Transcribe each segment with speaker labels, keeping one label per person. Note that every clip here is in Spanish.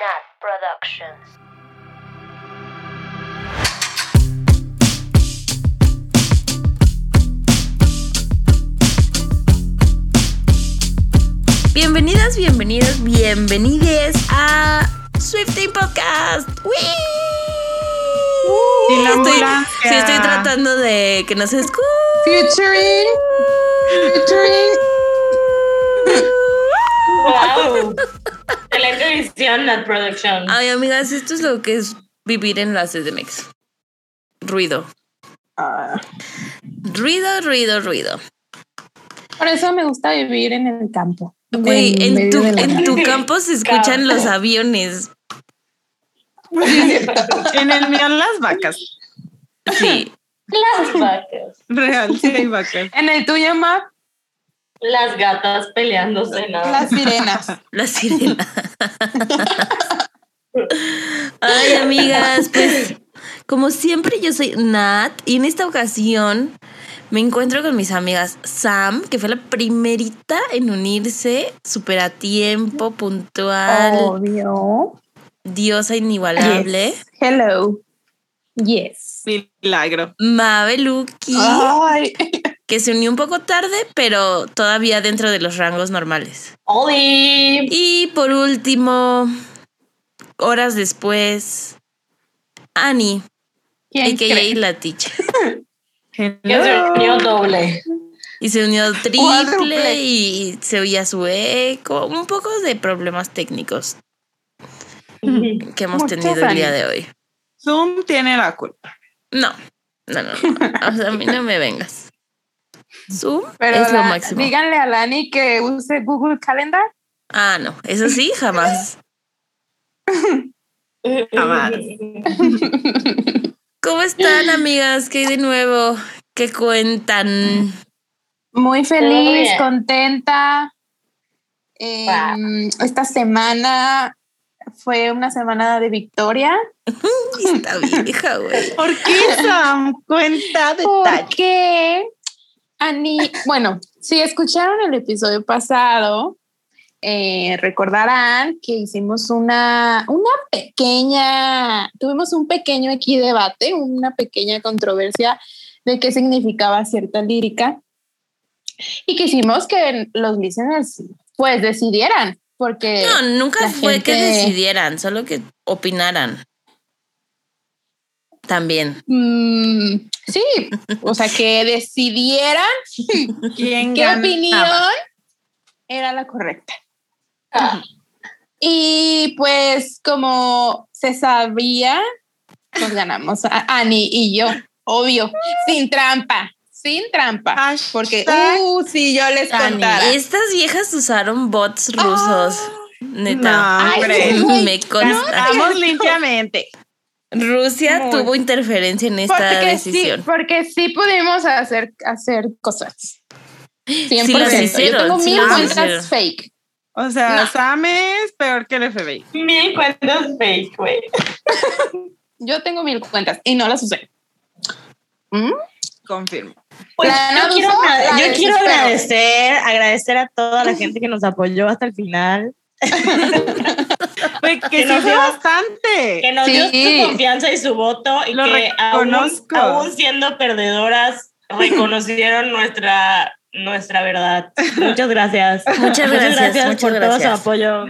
Speaker 1: Nat Productions.
Speaker 2: Bienvenidas, bienvenidos, bienvenides a Swifting Podcast. ¡Wii!
Speaker 3: Y la
Speaker 2: Estoy-
Speaker 3: ambulancia.
Speaker 2: sí, estoy tratando de que nos escuchen.
Speaker 3: Featuring. Featuring.
Speaker 4: Wow. Excelente visión, Nat Production.
Speaker 3: Ah.
Speaker 2: Ay, amigas, esto es lo que es vivir en la CDMX. Ruido.
Speaker 3: Ah,
Speaker 2: Ruido, ruido, ruido.
Speaker 3: por eso me gusta vivir en el campo.
Speaker 2: Güey, en
Speaker 3: medio
Speaker 2: tu,
Speaker 3: de la
Speaker 2: en
Speaker 3: nada.
Speaker 2: tu campo se escuchan los aviones.
Speaker 5: En el mío las vacas.
Speaker 2: Sí.
Speaker 4: Las vacas.
Speaker 5: Real, sí hay vacas.
Speaker 3: En el tuyo, Ma,
Speaker 4: Las gatas peleándose, nada.
Speaker 3: las sirenas.
Speaker 2: La sirena. Ay, amigas, pues como siempre yo soy Nat y en esta ocasión me encuentro con mis amigas Sam, que fue la primerita en unirse, súper a tiempo, puntual,
Speaker 3: Obvio.
Speaker 2: diosa inigualable.
Speaker 3: Oh. Yes. Hello. Yes.
Speaker 5: Milagro.
Speaker 2: Mabeluki,
Speaker 3: Ay.
Speaker 2: que se unió un poco tarde, pero todavía dentro de los rangos normales.
Speaker 4: ¡Oli!
Speaker 2: Y por último, horas después, Annie,
Speaker 3: ¿Quién cree?
Speaker 2: a.k.a. la teacher.
Speaker 4: Que se unió doble.
Speaker 2: Y se unió triple
Speaker 3: Cuádruple.
Speaker 2: y se oía su eco. Un poco de problemas técnicos que hemos
Speaker 3: Muchas
Speaker 2: tenido el día
Speaker 3: Annies.
Speaker 2: de hoy.
Speaker 5: Zoom tiene la culpa.
Speaker 2: No, no, no. no. O sea, a mí no me vengas. Zoom
Speaker 3: Pero
Speaker 2: es lo
Speaker 3: la-
Speaker 2: máximo.
Speaker 3: díganle a Lani que use Google Calendar.
Speaker 2: Ah, no, eso sí, jamás.
Speaker 5: Jamás.
Speaker 2: ¿Cómo están, amigas? ¿Qué hay de nuevo? ¿Qué cuentan?
Speaker 3: Muy
Speaker 4: Muy
Speaker 3: feliz,
Speaker 4: bien.
Speaker 3: contenta. Eh, Esta semana fue una semana de victoria.
Speaker 2: Está vieja, güey.
Speaker 5: ¿Por qué, Sam? Cuenta detalles.
Speaker 3: Porque Ani, bueno, si escucharon el episodio pasado, eh, recordarán que hicimos una, una pequeña, tuvimos un pequeño aquí debate, una pequeña controversia de qué significaba cierta lírica y quisimos que los listeners pues decidieran, porque
Speaker 2: No, nunca
Speaker 3: La
Speaker 2: fue que
Speaker 3: gente-
Speaker 2: decidieran, solo que opinaran. También.
Speaker 3: mm, sí, o sea, que decidieran
Speaker 5: ¿Quién
Speaker 3: qué
Speaker 5: ganaba?
Speaker 3: opinión era la correcta.
Speaker 4: Ah,
Speaker 3: Y pues como se sabía, pues ganamos a Ani y yo, obvio, sin trampa, sin trampa.
Speaker 5: Hashtag
Speaker 3: Porque, uh, si yo les
Speaker 2: Ani,
Speaker 3: contara. Ah,
Speaker 2: Estas viejas usaron bots rusos. Neta.
Speaker 5: No,
Speaker 3: Ay,
Speaker 5: hombre.
Speaker 3: no. güey,
Speaker 2: Me consta.
Speaker 5: Estamos limpiamente.
Speaker 2: Rusia
Speaker 3: Muy.
Speaker 2: tuvo interferencia en esta
Speaker 3: Porque sí,
Speaker 2: decisión.
Speaker 3: porque sí pudimos hacer, hacer cosas. 100%.
Speaker 2: las
Speaker 3: yo
Speaker 2: hicieron,
Speaker 3: tengo
Speaker 2: sí
Speaker 3: mil
Speaker 2: las
Speaker 3: cuentas
Speaker 2: hicieron.
Speaker 3: fake.
Speaker 5: O sea,
Speaker 3: No.
Speaker 5: Sam es peor que el FBI.
Speaker 4: Mil cuentas fake, güey.
Speaker 3: Yo tengo mil cuentas y no las usé. ¿Mm?
Speaker 5: Confirmo.
Speaker 4: Pues,
Speaker 3: La
Speaker 4: yo
Speaker 3: no
Speaker 4: quiero,
Speaker 3: usó,
Speaker 4: agrade-
Speaker 3: la
Speaker 4: yo quiero
Speaker 3: desespero.
Speaker 4: agradecer, agradecer a toda la gente que nos apoyó hasta el final,
Speaker 5: Güey, que
Speaker 4: Que
Speaker 5: sí
Speaker 4: nos
Speaker 5: fue
Speaker 4: dio-
Speaker 5: bastante.
Speaker 4: que nos
Speaker 3: Sí.
Speaker 4: dio su confianza y su voto y
Speaker 5: Lo
Speaker 4: que aún,
Speaker 5: reconozco.
Speaker 4: aún siendo perdedoras reconocieron nuestra nuestra verdad. Muchas gracias.
Speaker 2: Muchas gracias, muchas
Speaker 4: por todo
Speaker 2: gracias.
Speaker 4: su apoyo.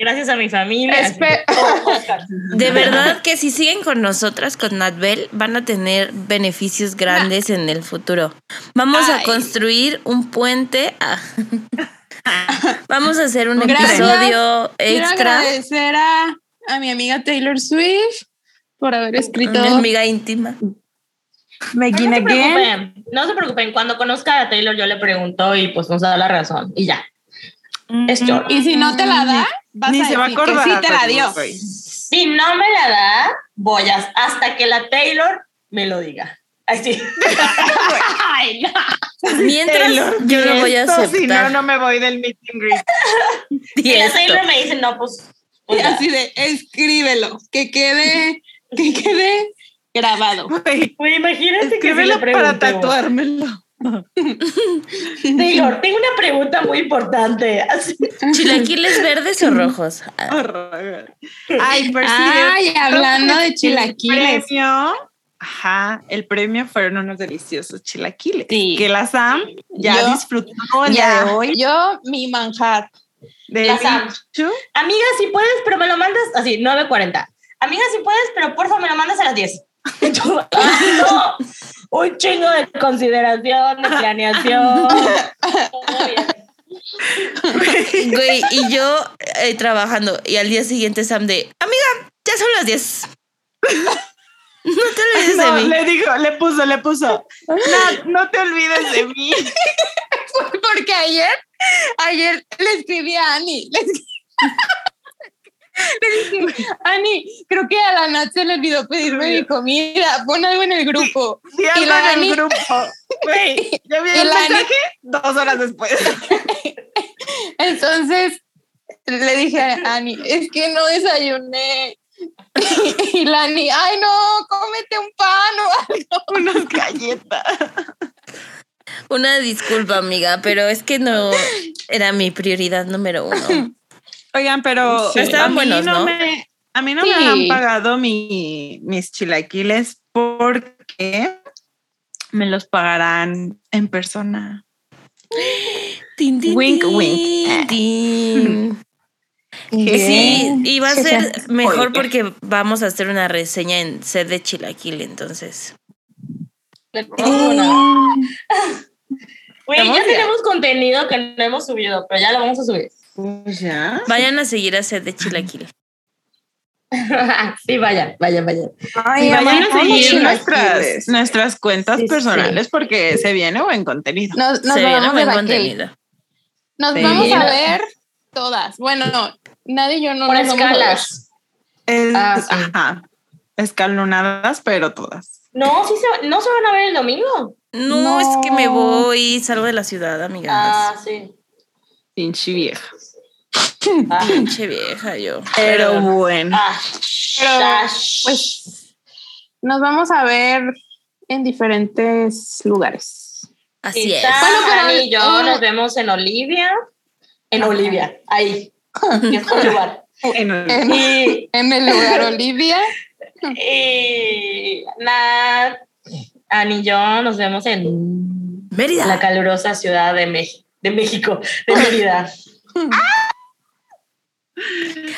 Speaker 4: Gracias a mi familia.
Speaker 3: Espe-
Speaker 2: De verdad que si siguen con nosotras, con Natbel, van a tener beneficios grandes en el futuro. Vamos a
Speaker 3: Ay.
Speaker 2: construir un puente. a- Vamos a hacer un
Speaker 3: Gracias.
Speaker 2: episodio
Speaker 3: Quiero
Speaker 2: extra.
Speaker 3: agradecer a, a mi amiga Taylor Swift por haber escrito.
Speaker 2: Una amiga íntima.
Speaker 4: No se preocupen, no se preocupen. Cuando conozca a Taylor, yo le pregunto y pues nos da la razón. Y ya. Es yo.
Speaker 3: Y si no te la da, vas
Speaker 5: Ni
Speaker 3: a
Speaker 5: se va a
Speaker 3: decir que
Speaker 5: acordar. pues,
Speaker 3: Sí te la dio.
Speaker 5: güey.
Speaker 4: Si no me la da, voy a- hasta que la Taylor me lo diga. Así. Ay, no.
Speaker 2: Mientras
Speaker 5: Taylor,
Speaker 2: yo lo voy a
Speaker 5: esto,
Speaker 2: aceptar.
Speaker 5: Si no, no me voy del meet and greet.
Speaker 2: Y
Speaker 4: Y la
Speaker 2: esto.
Speaker 4: Taylor me dice, no, pues.
Speaker 3: Y
Speaker 4: pues ya.
Speaker 3: así de, escríbelo, que quede, que quede grabado.
Speaker 5: Güey,
Speaker 4: Güey, imagínate que si le
Speaker 5: Escríbelo
Speaker 4: pregunto.
Speaker 5: para tatuármelo.
Speaker 4: Taylor, tengo una pregunta muy importante. Así-
Speaker 2: ¿Chilaquiles verdes o rojos? Ah,
Speaker 5: Horror. Ay, pues por cierto,
Speaker 3: Ay, hablando de chilaquiles.
Speaker 5: El premio, ajá, el premio fueron unos deliciosos chilaquiles.
Speaker 3: Sí.
Speaker 5: Que la Sam ya
Speaker 3: Yo-
Speaker 5: disfrutó el día de hoy.
Speaker 3: Yo, mi manjar.
Speaker 5: De
Speaker 4: la Sam.
Speaker 5: Lichu.
Speaker 4: Amiga, si puedes, pero me lo mandas así, 9.40. Amiga, si puedes, pero por favor me lo mandas a las 10. Y tú, ay, no. Un chingo de consideración, de planeación. Todo bien.
Speaker 2: Güey, y yo eh, trabajando. Y al día siguiente, Sam de, amiga, ya son las 10. No te olvides
Speaker 5: No,
Speaker 2: de mí.
Speaker 5: le dijo, le puso, le puso. No, no te olvides de mí.
Speaker 3: Porque ayer, ayer le escribí a Ani. Le escri- le dije, Ani, creo que a la Nat se le olvidó pedirme mi comida. Pon algo en el grupo.
Speaker 5: Sí,
Speaker 3: Y
Speaker 5: algo
Speaker 3: la
Speaker 5: en el
Speaker 3: Ani-
Speaker 5: grupo. Güey, yo vi
Speaker 3: Y
Speaker 5: el
Speaker 3: la Ani-
Speaker 5: mensaje dos horas después.
Speaker 3: Entonces le dije a Ani, es que no desayuné. Y la Ani, ay no, cómete un pan o algo.
Speaker 5: Unas galletas.
Speaker 2: Una disculpa, amiga, pero es que no era mi prioridad número uno.
Speaker 5: Oigan, pero
Speaker 2: Sí. Estaban
Speaker 5: a mí
Speaker 2: buenos, ¿no?
Speaker 5: Me, a mí no
Speaker 3: Sí.
Speaker 5: me han pagado mi- mis chilaquiles porque me los pagarán en persona.
Speaker 2: Tin, tin,
Speaker 5: Wink,
Speaker 2: tin,
Speaker 5: wink.
Speaker 2: tin. Sí, y va a ser mejor porque vamos a hacer una reseña en sed de chilaquil, entonces.
Speaker 4: Güey,
Speaker 5: Estamos bien.
Speaker 4: ya tenemos contenido que no hemos subido, pero ya lo vamos a subir.
Speaker 2: Pues
Speaker 5: ya.
Speaker 2: Vayan a seguir a sed de chilaquil.
Speaker 4: sí, vayan, vayan, vayan.
Speaker 3: Ay,
Speaker 5: Vayan
Speaker 3: amamos
Speaker 5: a seguir
Speaker 3: chilaquiles.
Speaker 5: nuestras, nuestras cuentas
Speaker 4: Sí, sí.
Speaker 5: personales porque se viene buen contenido.
Speaker 3: Nos, nos
Speaker 2: Se viene
Speaker 3: vamos de
Speaker 2: buen
Speaker 3: vaquel.
Speaker 2: contenido.
Speaker 3: Nos
Speaker 5: Sí.
Speaker 3: vamos a ver todas. Bueno, no, nadie y yo no
Speaker 4: Por
Speaker 3: nos vamos a ver.
Speaker 4: escalas.
Speaker 5: Es-
Speaker 4: Ah, sí.
Speaker 5: Ajá. Escalonadas, pero todas.
Speaker 4: No, sí se, no se van a ver el domingo.
Speaker 2: No, es que me
Speaker 3: No.
Speaker 2: voy, salgo de la ciudad, amigas.
Speaker 4: Ah, sí.
Speaker 5: Pinche vieja.
Speaker 4: Ah,
Speaker 2: Pinche vieja yo.
Speaker 5: Pero
Speaker 2: Pero
Speaker 5: bueno.
Speaker 4: ah, ah,
Speaker 3: Pues nos vamos a ver en diferentes lugares.
Speaker 2: así es.
Speaker 4: Quizás
Speaker 3: Bueno, pero-
Speaker 4: Ani y yo
Speaker 3: ah.
Speaker 4: nos vemos en Olivia. En
Speaker 3: Ajá.
Speaker 4: Olivia, ahí. que es conyugar.
Speaker 5: En el-
Speaker 3: En,
Speaker 4: Y,
Speaker 3: en el lugar Olivia.
Speaker 4: y Nat, Ani y yo nos vemos en la
Speaker 2: Mérida.
Speaker 4: calurosa ciudad de México. De México, de Mérida.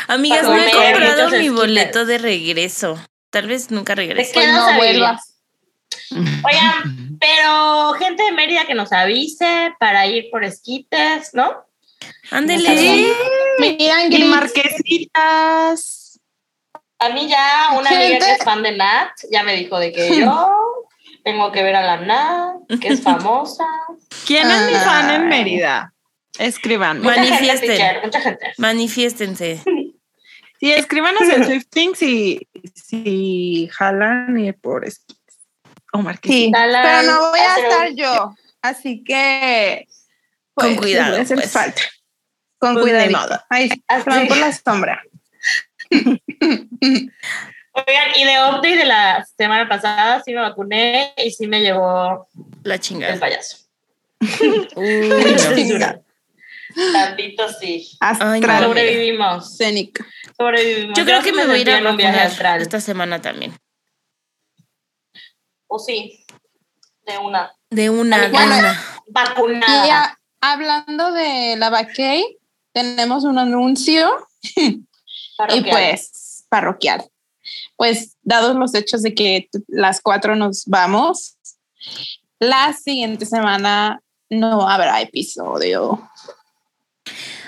Speaker 2: Amigas,
Speaker 4: Para
Speaker 2: no he
Speaker 4: comer,
Speaker 2: comprado
Speaker 4: entonces,
Speaker 2: mi
Speaker 4: quitas.
Speaker 2: boleto de regreso. Tal vez nunca regrese.
Speaker 3: Que
Speaker 4: Quedas
Speaker 3: pues, no
Speaker 4: a vivir.
Speaker 3: vuelvas.
Speaker 4: Pues Oigan, pero gente de Mérida que nos avise para ir por esquites, ¿no?
Speaker 2: Ándele.
Speaker 3: Miran
Speaker 5: Y
Speaker 3: Green.
Speaker 5: marquesitas.
Speaker 4: A mí ya una amiga que
Speaker 3: Gente.
Speaker 4: es fan de Nat ya me dijo de que yo tengo que ver a la Nat, que es famosa.
Speaker 5: ¿Quién es mi
Speaker 3: Ay.
Speaker 5: fan en Mérida? Escriban.
Speaker 2: Ma-
Speaker 4: Mucha gente,
Speaker 2: Manifiesten.
Speaker 4: teacher, mucha gente.
Speaker 2: Manifiéstense.
Speaker 5: Sí, escríbanos en Swifting si, si jalan y por esquí. O marquesitas.
Speaker 3: Sí,
Speaker 4: Talan,
Speaker 3: pero no voy a
Speaker 4: hacer un-
Speaker 3: estar yo. Así que.
Speaker 2: Con cuidado,
Speaker 5: les hace
Speaker 2: pues.
Speaker 5: falta.
Speaker 3: Con
Speaker 5: Pues,
Speaker 3: cuidado.
Speaker 5: ni modo.
Speaker 3: Ahí
Speaker 2: Ah,
Speaker 4: Así.
Speaker 3: se van por la sombra.
Speaker 4: Oigan, y de update de la semana pasada sí me vacuné y sí me llegó
Speaker 2: La
Speaker 4: el
Speaker 2: chingada.
Speaker 4: payaso.
Speaker 2: Uy,
Speaker 3: Sí.
Speaker 2: no.
Speaker 4: Censura. Tantito sí.
Speaker 2: Ay, no.
Speaker 5: Astral.
Speaker 4: Sobrevivimos.
Speaker 3: Escénica.
Speaker 4: Sobrevivimos.
Speaker 2: Yo creo que
Speaker 4: sí
Speaker 2: me voy a ir
Speaker 4: sentía
Speaker 2: a
Speaker 4: en un viaje
Speaker 2: vacunar
Speaker 4: astral.
Speaker 2: esta semana también.
Speaker 4: O sí. De una.
Speaker 2: De una, de
Speaker 4: Bueno,
Speaker 2: una.
Speaker 4: Vacunada.
Speaker 3: Y a- hablando de la Bakey, tenemos un anuncio. Y
Speaker 4: parroquial.
Speaker 3: pues, parroquial. Pues, dados los hechos de que t- las cuatro nos vamos, la siguiente semana no habrá episodio.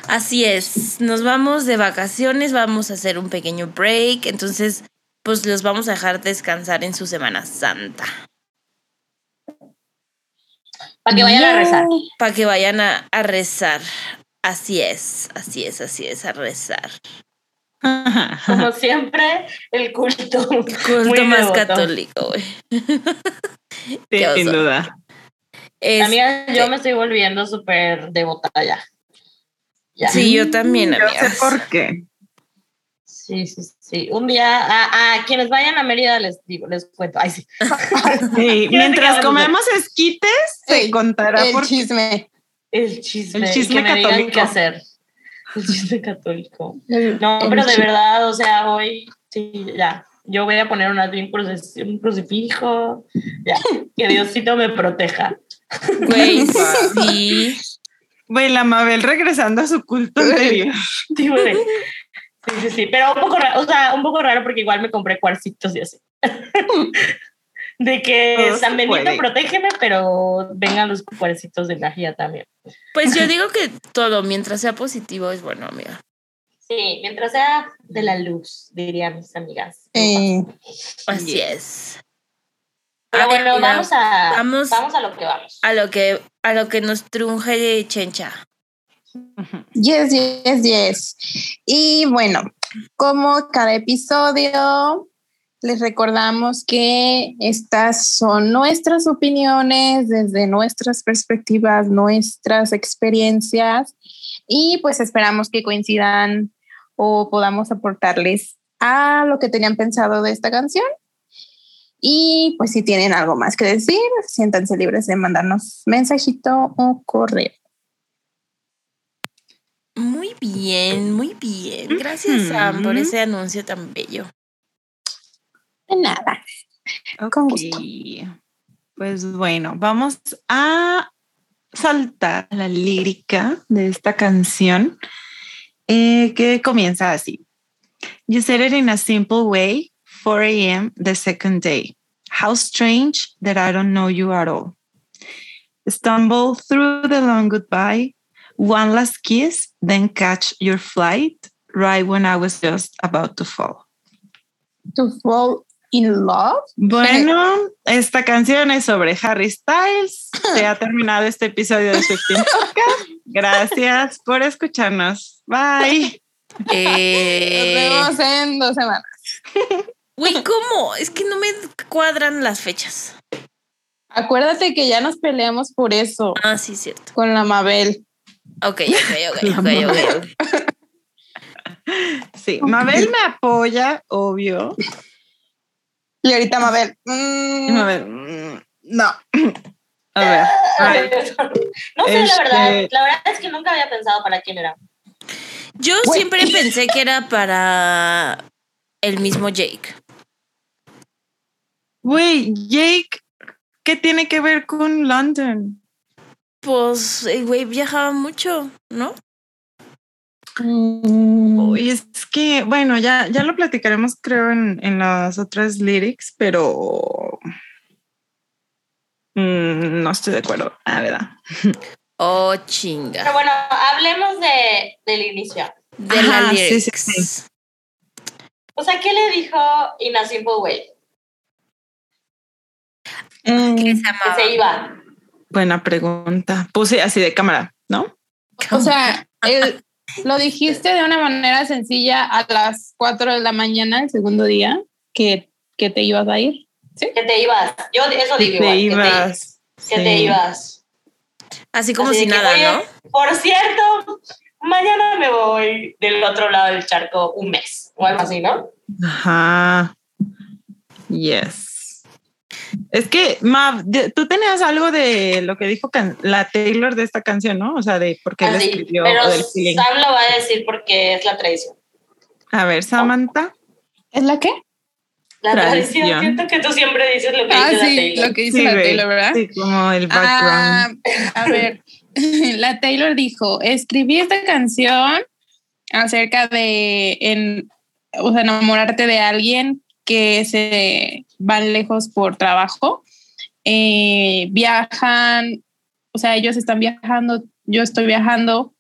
Speaker 2: Así es. Nos vamos de vacaciones, vamos a hacer un pequeño break. Entonces, pues los vamos a dejar descansar en su Semana Santa.
Speaker 4: Para que vayan a rezar.
Speaker 2: Para que vayan a, a rezar. Así es, así es, así es, a rezar.
Speaker 4: Como siempre, el culto.
Speaker 2: Culto
Speaker 4: Muy
Speaker 2: más
Speaker 4: devoto.
Speaker 2: católico, güey.
Speaker 5: Sí,
Speaker 2: oso.
Speaker 5: sin duda.
Speaker 2: Es-
Speaker 4: Amiga, yo me estoy volviendo súper devota ya. Ya.
Speaker 2: Sí, yo también,
Speaker 5: Yo sé
Speaker 2: amigas.
Speaker 5: por qué.
Speaker 4: Sí, sí, sí. Un día, a, a quienes vayan a Mérida les digo, les cuento. Ay, sí.
Speaker 5: Sí, mientras
Speaker 4: quedamos-
Speaker 5: comemos esquites, se
Speaker 3: Sí,
Speaker 5: contará
Speaker 3: El
Speaker 5: por
Speaker 3: chisme.
Speaker 4: El chisme.
Speaker 5: El chisme
Speaker 4: que me digan
Speaker 5: católico.
Speaker 4: qué hacer. El chisme católico. No, pero de verdad, o sea, hoy sí, ya. Yo voy a poner unas- un, cruci- un crucifijo. Ya. Que Diosito me proteja.
Speaker 2: Güey, sí.
Speaker 5: Güey, la Mabel regresando a su culto anterior.
Speaker 4: Sí, güey. Sí, sí, sí. Pero un poco raro, o sea, un poco raro porque igual me compré cuarcitos y así. De que
Speaker 5: Todo se
Speaker 4: San Benito
Speaker 5: puede.
Speaker 4: protégeme, pero vengan los cuarcitos de magia también.
Speaker 2: Pues yo digo que todo, mientras sea positivo, es bueno, amiga.
Speaker 4: Sí, mientras sea de la luz, dirían mis amigas.
Speaker 3: Eh,
Speaker 2: Así es.
Speaker 4: Pero
Speaker 2: A ver,
Speaker 4: bueno,
Speaker 2: mira,
Speaker 4: vamos a,
Speaker 2: vamos- Ah.
Speaker 4: vamos, a lo que vamos.
Speaker 2: A lo que, a lo que nos trunje de chencha.
Speaker 3: Yes, yes, yes. Y bueno, como cada episodio, les recordamos que estas son nuestras opiniones desde nuestras perspectivas, nuestras experiencias y pues esperamos que coincidan o podamos aportarles a lo que tenían pensado de esta canción. Y pues si tienen algo más que decir, siéntanse libres de mandarnos mensajito o correo.
Speaker 2: Muy bien, muy bien. Gracias, Sam, por
Speaker 5: Ujú.
Speaker 2: ese anuncio tan bello.
Speaker 3: De nada. Ah, Con gusto.
Speaker 5: Ok. Pues bueno, vamos a saltar la lírica de esta canción eh, que comienza así. You said it in a simple way, 4 a.m. the second day. How strange that I don't know you at all. Stumble through the long goodbye, one last kiss, then catch your flight right when I was just about to fall.
Speaker 3: To Fall in Love.
Speaker 5: Bueno, esta canción es sobre Harry Styles. Se ha terminado este episodio de Shifting Podcast. Gracias por escucharnos. Bye.
Speaker 2: Eh,
Speaker 3: Nos vemos en dos semanas.
Speaker 2: Güey, ¿cómo? Es que no me cuadran las fechas.
Speaker 3: Acuérdate que ya nos peleamos por eso
Speaker 2: Ah, sí, cierto.
Speaker 3: con la Mabel.
Speaker 2: Ok, ok, ok,
Speaker 5: La
Speaker 2: ok, ok, ok.
Speaker 5: Sí, Mabel me apoya, obvio.
Speaker 3: Y ahorita Mabel. mm,
Speaker 5: Y Mabel, mm, no. A ver. a ver.
Speaker 4: No sé, la
Speaker 5: Este-
Speaker 4: verdad. La verdad es que nunca había pensado para quién era.
Speaker 2: Yo
Speaker 3: Güey.
Speaker 2: siempre pensé que era para el mismo Jake.
Speaker 5: Güey, Jake, ¿qué tiene que ver con London?
Speaker 2: Pues el güey viajaba mucho, ¿no?
Speaker 3: mm,
Speaker 5: Uy, es que, bueno, ya, ya lo platicaremos, creo, en, en las otras lyrics, pero. mm, no estoy de acuerdo, la verdad.
Speaker 2: Oh,
Speaker 4: Pero
Speaker 2: chinga.
Speaker 4: bueno, hablemos de, del inicio.
Speaker 2: De la
Speaker 5: Ajá, sí,
Speaker 2: lyrics.
Speaker 5: sí,
Speaker 4: O sea, ¿qué le dijo In a Simple Way?
Speaker 2: Que
Speaker 3: mm.
Speaker 2: se
Speaker 4: Que
Speaker 2: amaba.
Speaker 4: se iba.
Speaker 5: Buena pregunta. Puse así de cámara, ¿no?
Speaker 3: O sea, el- lo dijiste de una manera sencilla a las 4 de la mañana, el segundo día, que, que te ibas a ir.
Speaker 4: Que te ibas. Yo eso digo.
Speaker 5: te
Speaker 4: igual,
Speaker 5: ibas.
Speaker 4: Que te, que te
Speaker 5: Sí.
Speaker 4: ibas.
Speaker 2: Así como
Speaker 4: Así
Speaker 2: si
Speaker 4: de que,
Speaker 2: nada,
Speaker 4: oye,
Speaker 2: ¿no?
Speaker 4: Por cierto, mañana me voy del otro lado del charco un mes o algo así, ¿no?
Speaker 5: Ajá. Yes. Es que, Mav, de- tú tenías algo de lo que dijo can- la Taylor de esta canción, ¿no? O sea, de por qué la
Speaker 4: Así.
Speaker 5: escribió.
Speaker 4: Ah, Pero
Speaker 5: o del feeling.
Speaker 4: Sam lo va a decir porque es la tradición.
Speaker 5: A ver, Samantha.
Speaker 3: ¿Es la qué?
Speaker 4: La
Speaker 5: Tradición.
Speaker 4: tradición. Siento que tú siempre dices lo que
Speaker 3: Ah,
Speaker 4: dice la
Speaker 3: sí, lo
Speaker 4: Taylor.
Speaker 3: que dice
Speaker 5: Sí,
Speaker 3: la
Speaker 5: güey.
Speaker 3: Taylor, ¿verdad?
Speaker 5: Sí, como el
Speaker 3: Ah,
Speaker 5: background.
Speaker 3: a ver, la Taylor dijo, escribí esta canción acerca de en- o sea, enamorarte de alguien que se van lejos por trabajo, Eh, viajan, o sea, ellos están viajando, yo estoy viajando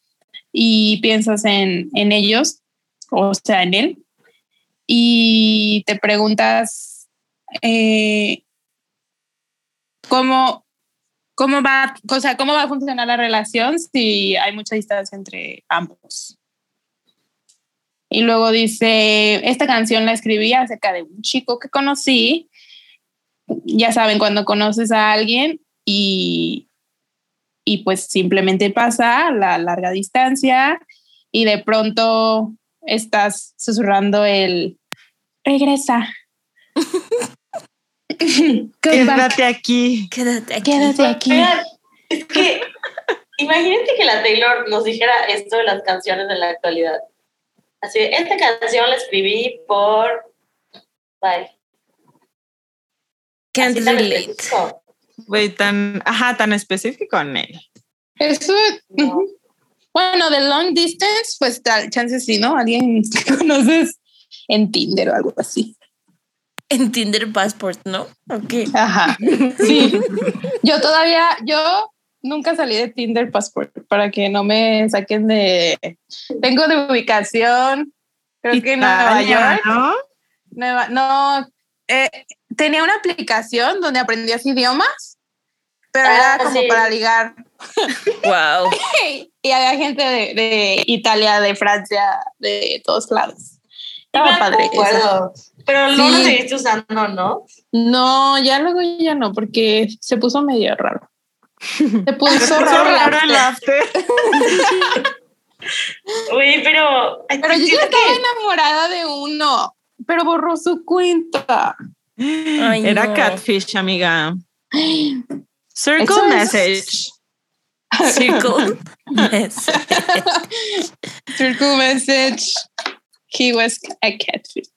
Speaker 3: y piensas en, en ellos, o sea, en él, y te preguntas eh, cómo, cómo va, o sea, cómo va a funcionar la relación si hay mucha distancia entre ambos. Y luego dice, esta canción la escribí acerca de un chico que conocí. Ya saben, cuando conoces a alguien y, y pues simplemente pasa la larga distancia y de pronto estás susurrando el regresa. Come back,
Speaker 5: Quédate aquí.
Speaker 2: Quédate aquí.
Speaker 3: quédate aquí.
Speaker 4: Oigan, es que imagínate que la Taylor nos dijera esto de las canciones de la actualidad. Así, esta canción la escribí por... Bye.
Speaker 2: Can't
Speaker 4: Así tan
Speaker 2: relate.
Speaker 4: específico.
Speaker 5: Güey, tan, ajá, tan específico, Nel.
Speaker 3: Eso,
Speaker 4: No.
Speaker 3: bueno, de long distance, pues tal, chance sí, ¿no? Alguien que conoces en Tinder o algo así.
Speaker 2: En Tinder Passport, ¿no? Ok.
Speaker 3: Ajá. Sí. yo todavía, yo nunca salí de Tinder Passport para que no me saquen de. Tengo de ubicación, creo que en Nueva
Speaker 5: Italia,
Speaker 3: York.
Speaker 5: ¿no?
Speaker 3: Nueva, no, eh, tenía una aplicación donde aprendías idiomas, pero
Speaker 4: Ah,
Speaker 3: era como
Speaker 4: sí.
Speaker 3: para ligar.
Speaker 2: Wow.
Speaker 3: Y había gente de, de Italia, de Francia, de todos lados. Estaba
Speaker 4: No me
Speaker 3: padre. eso.
Speaker 4: acuerdo. Pero no lo
Speaker 3: Sí.
Speaker 4: seguiste usando, ¿no?
Speaker 3: No, ya luego ya no, porque se puso medio raro. Se puso
Speaker 5: Por
Speaker 3: raro.
Speaker 5: favor,
Speaker 3: la-
Speaker 5: ahora el after.
Speaker 4: Uy, pero... ay,
Speaker 3: Pero yo ya
Speaker 4: siento
Speaker 3: estaba
Speaker 4: que-
Speaker 3: enamorada de uno, pero borró su cuenta.
Speaker 2: Ay,
Speaker 5: Era
Speaker 2: no.
Speaker 5: catfish, amiga. Circle
Speaker 3: Eso es-
Speaker 5: message.
Speaker 2: Circle. Yes.
Speaker 3: Circle message. He was a catfish.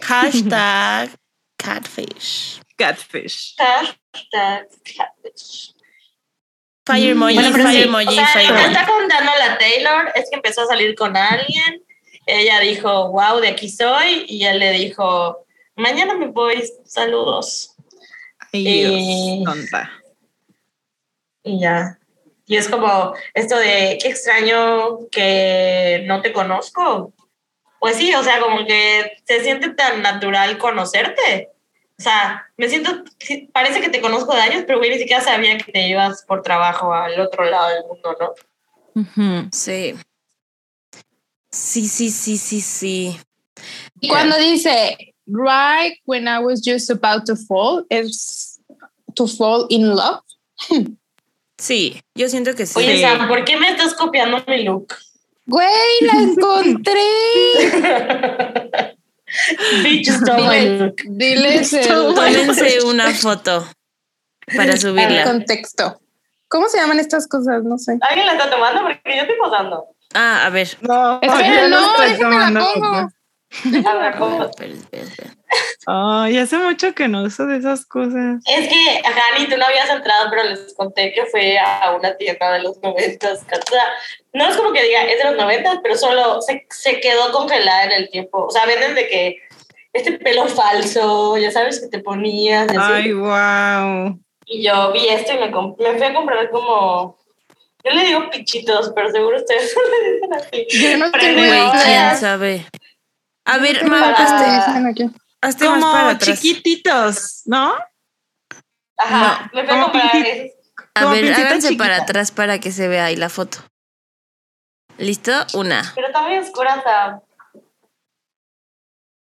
Speaker 2: Hashtag catfish.
Speaker 5: Catfish.
Speaker 4: Hashtag catfish.
Speaker 2: Fire emoji,
Speaker 4: Bueno, pero
Speaker 2: fire
Speaker 4: sí,
Speaker 2: emoji,
Speaker 4: o sea,
Speaker 2: fire
Speaker 4: lo que
Speaker 2: emoji.
Speaker 4: está contando la Taylor es que empezó a salir con alguien. Ella dijo, wow, de aquí soy. Y él le dijo, mañana me voy, saludos.
Speaker 5: Ay,
Speaker 4: Eh.
Speaker 5: Dios, tonta.
Speaker 4: Y ya. Y es como esto de, qué extraño que no te conozco. Pues sí, o sea, como que se siente tan natural conocerte. O sea, me siento, sí, parece que te conozco de años, pero güey, ni siquiera sabía que te ibas por trabajo al otro lado del mundo, ¿no?
Speaker 5: Ujú.
Speaker 2: Sí. Sí, sí, sí, sí, sí.
Speaker 3: Y cuando dice, right when I was just about to fall, es to fall in love.
Speaker 2: Sí, yo siento que sí.
Speaker 4: Oye,
Speaker 5: Sí.
Speaker 4: Sam, ¿por qué me estás copiando mi look?
Speaker 3: Güey, la encontré.
Speaker 4: Bitch, stole my
Speaker 3: Dile-
Speaker 4: look.
Speaker 3: Diles el,
Speaker 2: Tómense una foto para
Speaker 3: el
Speaker 2: subirla.
Speaker 3: contexto. ¿Cómo se llaman estas cosas? No sé.
Speaker 4: ¿Alguien la está tomando? Porque yo estoy posando.
Speaker 2: Ah, a ver.
Speaker 5: No,
Speaker 3: Espera,
Speaker 5: ya
Speaker 3: no,
Speaker 5: estoy
Speaker 3: déjame la
Speaker 5: tomando
Speaker 3: pongo.
Speaker 5: foto.
Speaker 4: A ver, ¿cómo?
Speaker 2: Espera, espera, espera.
Speaker 5: Ay, hace mucho que no uso de esas cosas.
Speaker 4: Es que, ajá, ni tú no habías entrado, pero les conté que fue a una tienda de los noventas. O sea, no es como que diga, es de los noventas, pero solo se, se quedó congelada en el tiempo. O sea, venden de que este pelo falso, ya sabes que te ponías. y así.
Speaker 5: Ay, wow.
Speaker 4: Y yo vi esto y me, comp- me fui a comprar como... Yo le digo pichitos, pero seguro ustedes no le dicen así.
Speaker 3: Yo no tengo
Speaker 4: Prendedores.
Speaker 2: Güey, quién
Speaker 3: idea.
Speaker 2: sabe. A ver,
Speaker 3: ¿Qué
Speaker 2: Mau,
Speaker 3: marcas
Speaker 2: hazte,
Speaker 3: utilizan aquí?
Speaker 2: hazte más para
Speaker 5: Como
Speaker 2: atrás.
Speaker 5: chiquititos, ¿no?
Speaker 4: Ajá, me fui a
Speaker 5: como
Speaker 4: comprar
Speaker 5: pinti-
Speaker 4: esos.
Speaker 2: A
Speaker 5: como
Speaker 2: ver,
Speaker 5: pincita
Speaker 2: háganse
Speaker 5: chiquita.
Speaker 2: para atrás para que se vea ahí la foto. ¿Listo? Una.
Speaker 4: Pero también oscura, Sam.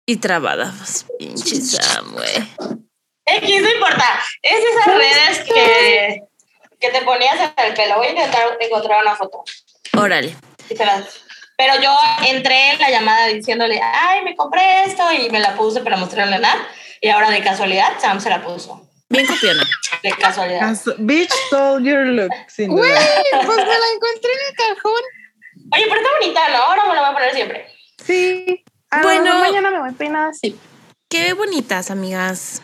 Speaker 2: Y trabada. Pues, Pinche Sam, güey.
Speaker 4: X, no importa. Es esas redes que, que te ponías en el pelo. Voy a intentar encontrar una foto.
Speaker 2: Órale.
Speaker 4: y se las- Pero yo entré en la llamada diciéndole, ay, me compré esto y me la puse para mostrarle a Nat. Y ahora de casualidad, Sam se la puso.
Speaker 2: Bien copiona.
Speaker 4: De casualidad.
Speaker 5: As- Bitch told your look, sin
Speaker 3: Güey,
Speaker 5: duda.
Speaker 3: pues me la encontré en el cajón.
Speaker 4: Oye, pero está bonita, ¿no? Ahora me la voy a poner siempre.
Speaker 3: Sí.
Speaker 2: lo Bueno. mejor mañana
Speaker 3: Ah, me voy peinada así.
Speaker 2: Qué bonitas, amigas.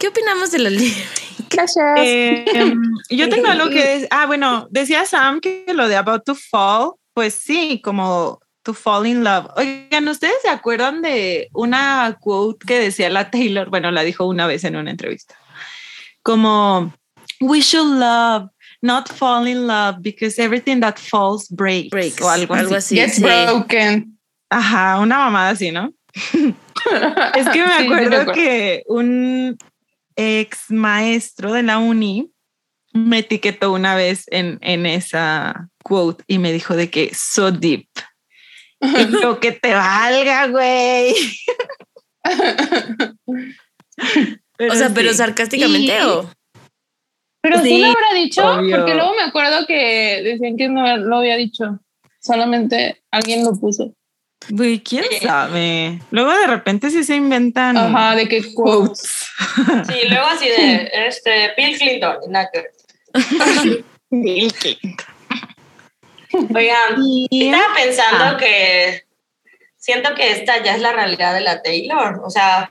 Speaker 2: ¿Qué opinamos de la libre?
Speaker 3: Gracias.
Speaker 5: Eh, em, yo tengo algo que decir. Ah, bueno, decía Sam que lo de About to Fall, pues sí, como to fall in love. Oigan, ¿ustedes se acuerdan de una quote que decía la Taylor? Bueno, la dijo una vez en una entrevista. Como, we should love, not fall in love, because everything that falls breaks.
Speaker 2: Breaks,
Speaker 5: o algo, así.
Speaker 3: Gets
Speaker 2: sí.
Speaker 3: broken.
Speaker 5: Ajá, una mamada así, ¿no? Es que me
Speaker 3: Sí, sí me
Speaker 5: acuerdo
Speaker 3: acuerdo.
Speaker 5: que un ex maestro de la uni me etiquetó una vez en, en esa quote y me dijo de que so deep. Y yo que te valga, güey.
Speaker 2: O sea, pero
Speaker 5: sí.
Speaker 2: sarcásticamente
Speaker 3: Y-
Speaker 2: o.
Speaker 3: Pero sí,
Speaker 5: Sí,
Speaker 3: lo habrá dicho,
Speaker 5: obvio.
Speaker 3: porque luego me acuerdo que decían que no lo había dicho. Solamente alguien lo puso.
Speaker 5: Uy, quién sabe. Luego de repente sí se inventan.
Speaker 3: Ajá, de que quotes.
Speaker 4: Sí, luego así de este, Bill Clinton. nada que ver. Oigan, estaba pensando
Speaker 5: Ah.
Speaker 4: que siento que esta ya es la realidad de la Taylor. O sea,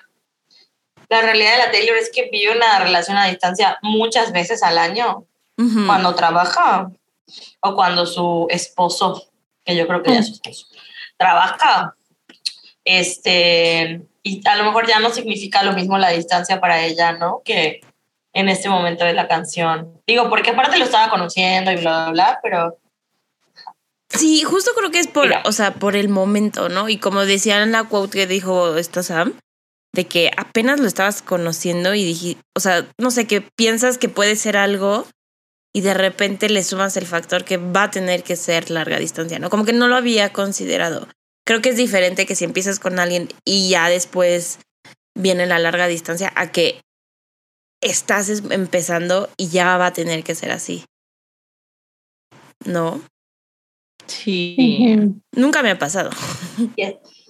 Speaker 4: la realidad de la Taylor es que vive una relación a distancia muchas veces al año
Speaker 2: Ujú.
Speaker 4: cuando trabaja o cuando su esposo, que yo creo que ya es su esposo, trabaja. Este, y a lo mejor ya no significa lo mismo la distancia para ella, ¿no? Que en este momento de la canción. Digo, porque aparte lo estaba conociendo y bla, bla, bla, pero
Speaker 2: Sí, justo creo que es por,
Speaker 4: Mira.
Speaker 2: o sea, por el momento, ¿no? Y como decía en la quote que dijo esta Sam, de que apenas lo estabas conociendo y dije, o sea, no sé, que piensas que puede ser algo y de repente le sumas el factor que va a tener que ser larga distancia, ¿no? Como que no lo había considerado. Creo que es diferente que si empiezas con alguien y ya después viene la larga distancia a que estás es- empezando y ya va a tener que ser así. ¿No?
Speaker 5: Sí.
Speaker 2: Nunca me ha pasado.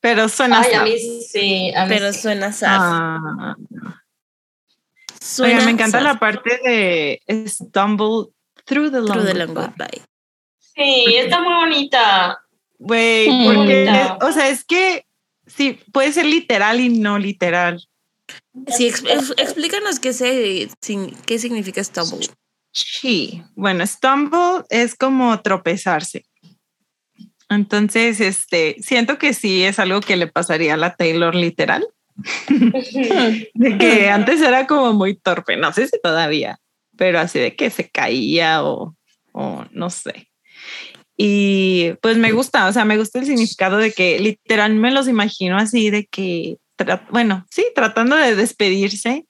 Speaker 5: Pero suena.
Speaker 4: Ay, a
Speaker 5: sad.
Speaker 4: mí sí, a mí
Speaker 2: Pero
Speaker 4: sí.
Speaker 2: suena sad.
Speaker 5: Ah.
Speaker 2: Suena
Speaker 5: Oigan, me encanta
Speaker 2: sad.
Speaker 5: la parte de Stumble Through the
Speaker 2: Through
Speaker 5: Long.
Speaker 2: the
Speaker 5: Goodbye.
Speaker 2: long goodbye.
Speaker 4: Sí, está muy bonita.
Speaker 5: Güey,
Speaker 3: Mm.
Speaker 5: porque,
Speaker 4: Bonita.
Speaker 5: es- o sea, es que sí, puede ser literal y no literal.
Speaker 2: Sí, ex- ex- explícanos qué, se, sin- qué significa stumble.
Speaker 5: Sí. Bueno, stumble es como tropezarse. Entonces, este, siento que sí es algo que le pasaría a la Taylor literal, de que antes era como muy torpe, no sé si todavía, pero así de que se caía o, o no sé. Y pues me gusta, o sea, me gusta el significado de que literal me los imagino así de que, tra- bueno, sí, tratando de despedirse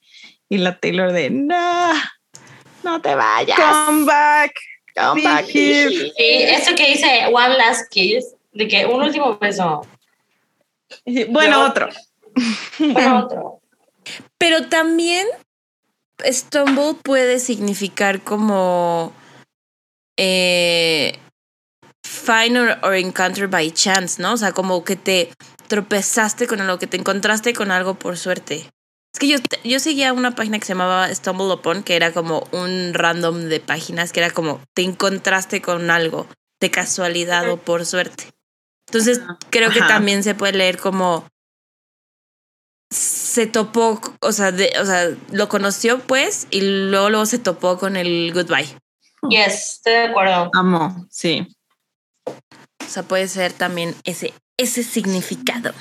Speaker 5: y la Taylor de, no, no te vayas. Come back, come back here.
Speaker 4: Sí, eso que dice One Last Kiss, de que un último beso.
Speaker 5: Y- Bueno,
Speaker 4: Yo-
Speaker 5: otro.
Speaker 4: Bueno, otro.
Speaker 2: Pero también stumble puede significar como eh, find or, or encounter by chance, ¿no? O sea, como que te tropezaste con algo, que te encontraste con algo por suerte. Es que yo, te- yo seguía una página que se llamaba Stumble Upon, que era como un random de páginas, que era como te encontraste con algo de casualidad o por suerte. Entonces, creo que
Speaker 5: Ajá.
Speaker 2: también se puede leer como se topó, o sea, de, o sea, lo conoció pues y luego, luego se topó con el goodbye.
Speaker 4: Yes, estoy de acuerdo.
Speaker 5: Amo, sí.
Speaker 2: O sea, puede ser también ese, ese significado.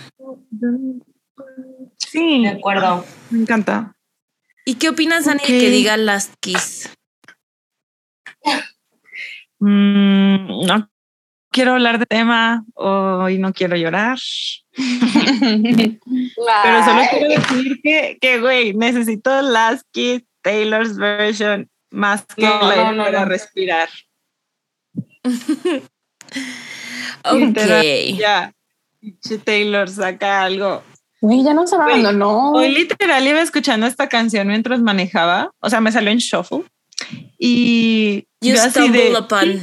Speaker 5: Sí,
Speaker 4: De acuerdo.
Speaker 5: me encanta.
Speaker 2: ¿Y qué opinas, Ani, de que
Speaker 5: Ok.
Speaker 2: diga last kiss?
Speaker 5: Mm, no quiero hablar de tema hoy, no quiero llorar, pero solo quiero decir que, que, güey, necesito las Kiss Taylor's version más que
Speaker 4: No,
Speaker 5: la
Speaker 4: no, no,
Speaker 5: para
Speaker 4: no.
Speaker 5: respirar.
Speaker 2: Ok.
Speaker 5: Ya, pinche Taylor saca algo.
Speaker 3: Güey, ya nos
Speaker 5: Güey,
Speaker 3: abandonó.
Speaker 5: Hoy literal iba escuchando esta canción mientras manejaba, o sea, me salió en shuffle y
Speaker 2: You
Speaker 5: yo así de,
Speaker 2: stumble upon.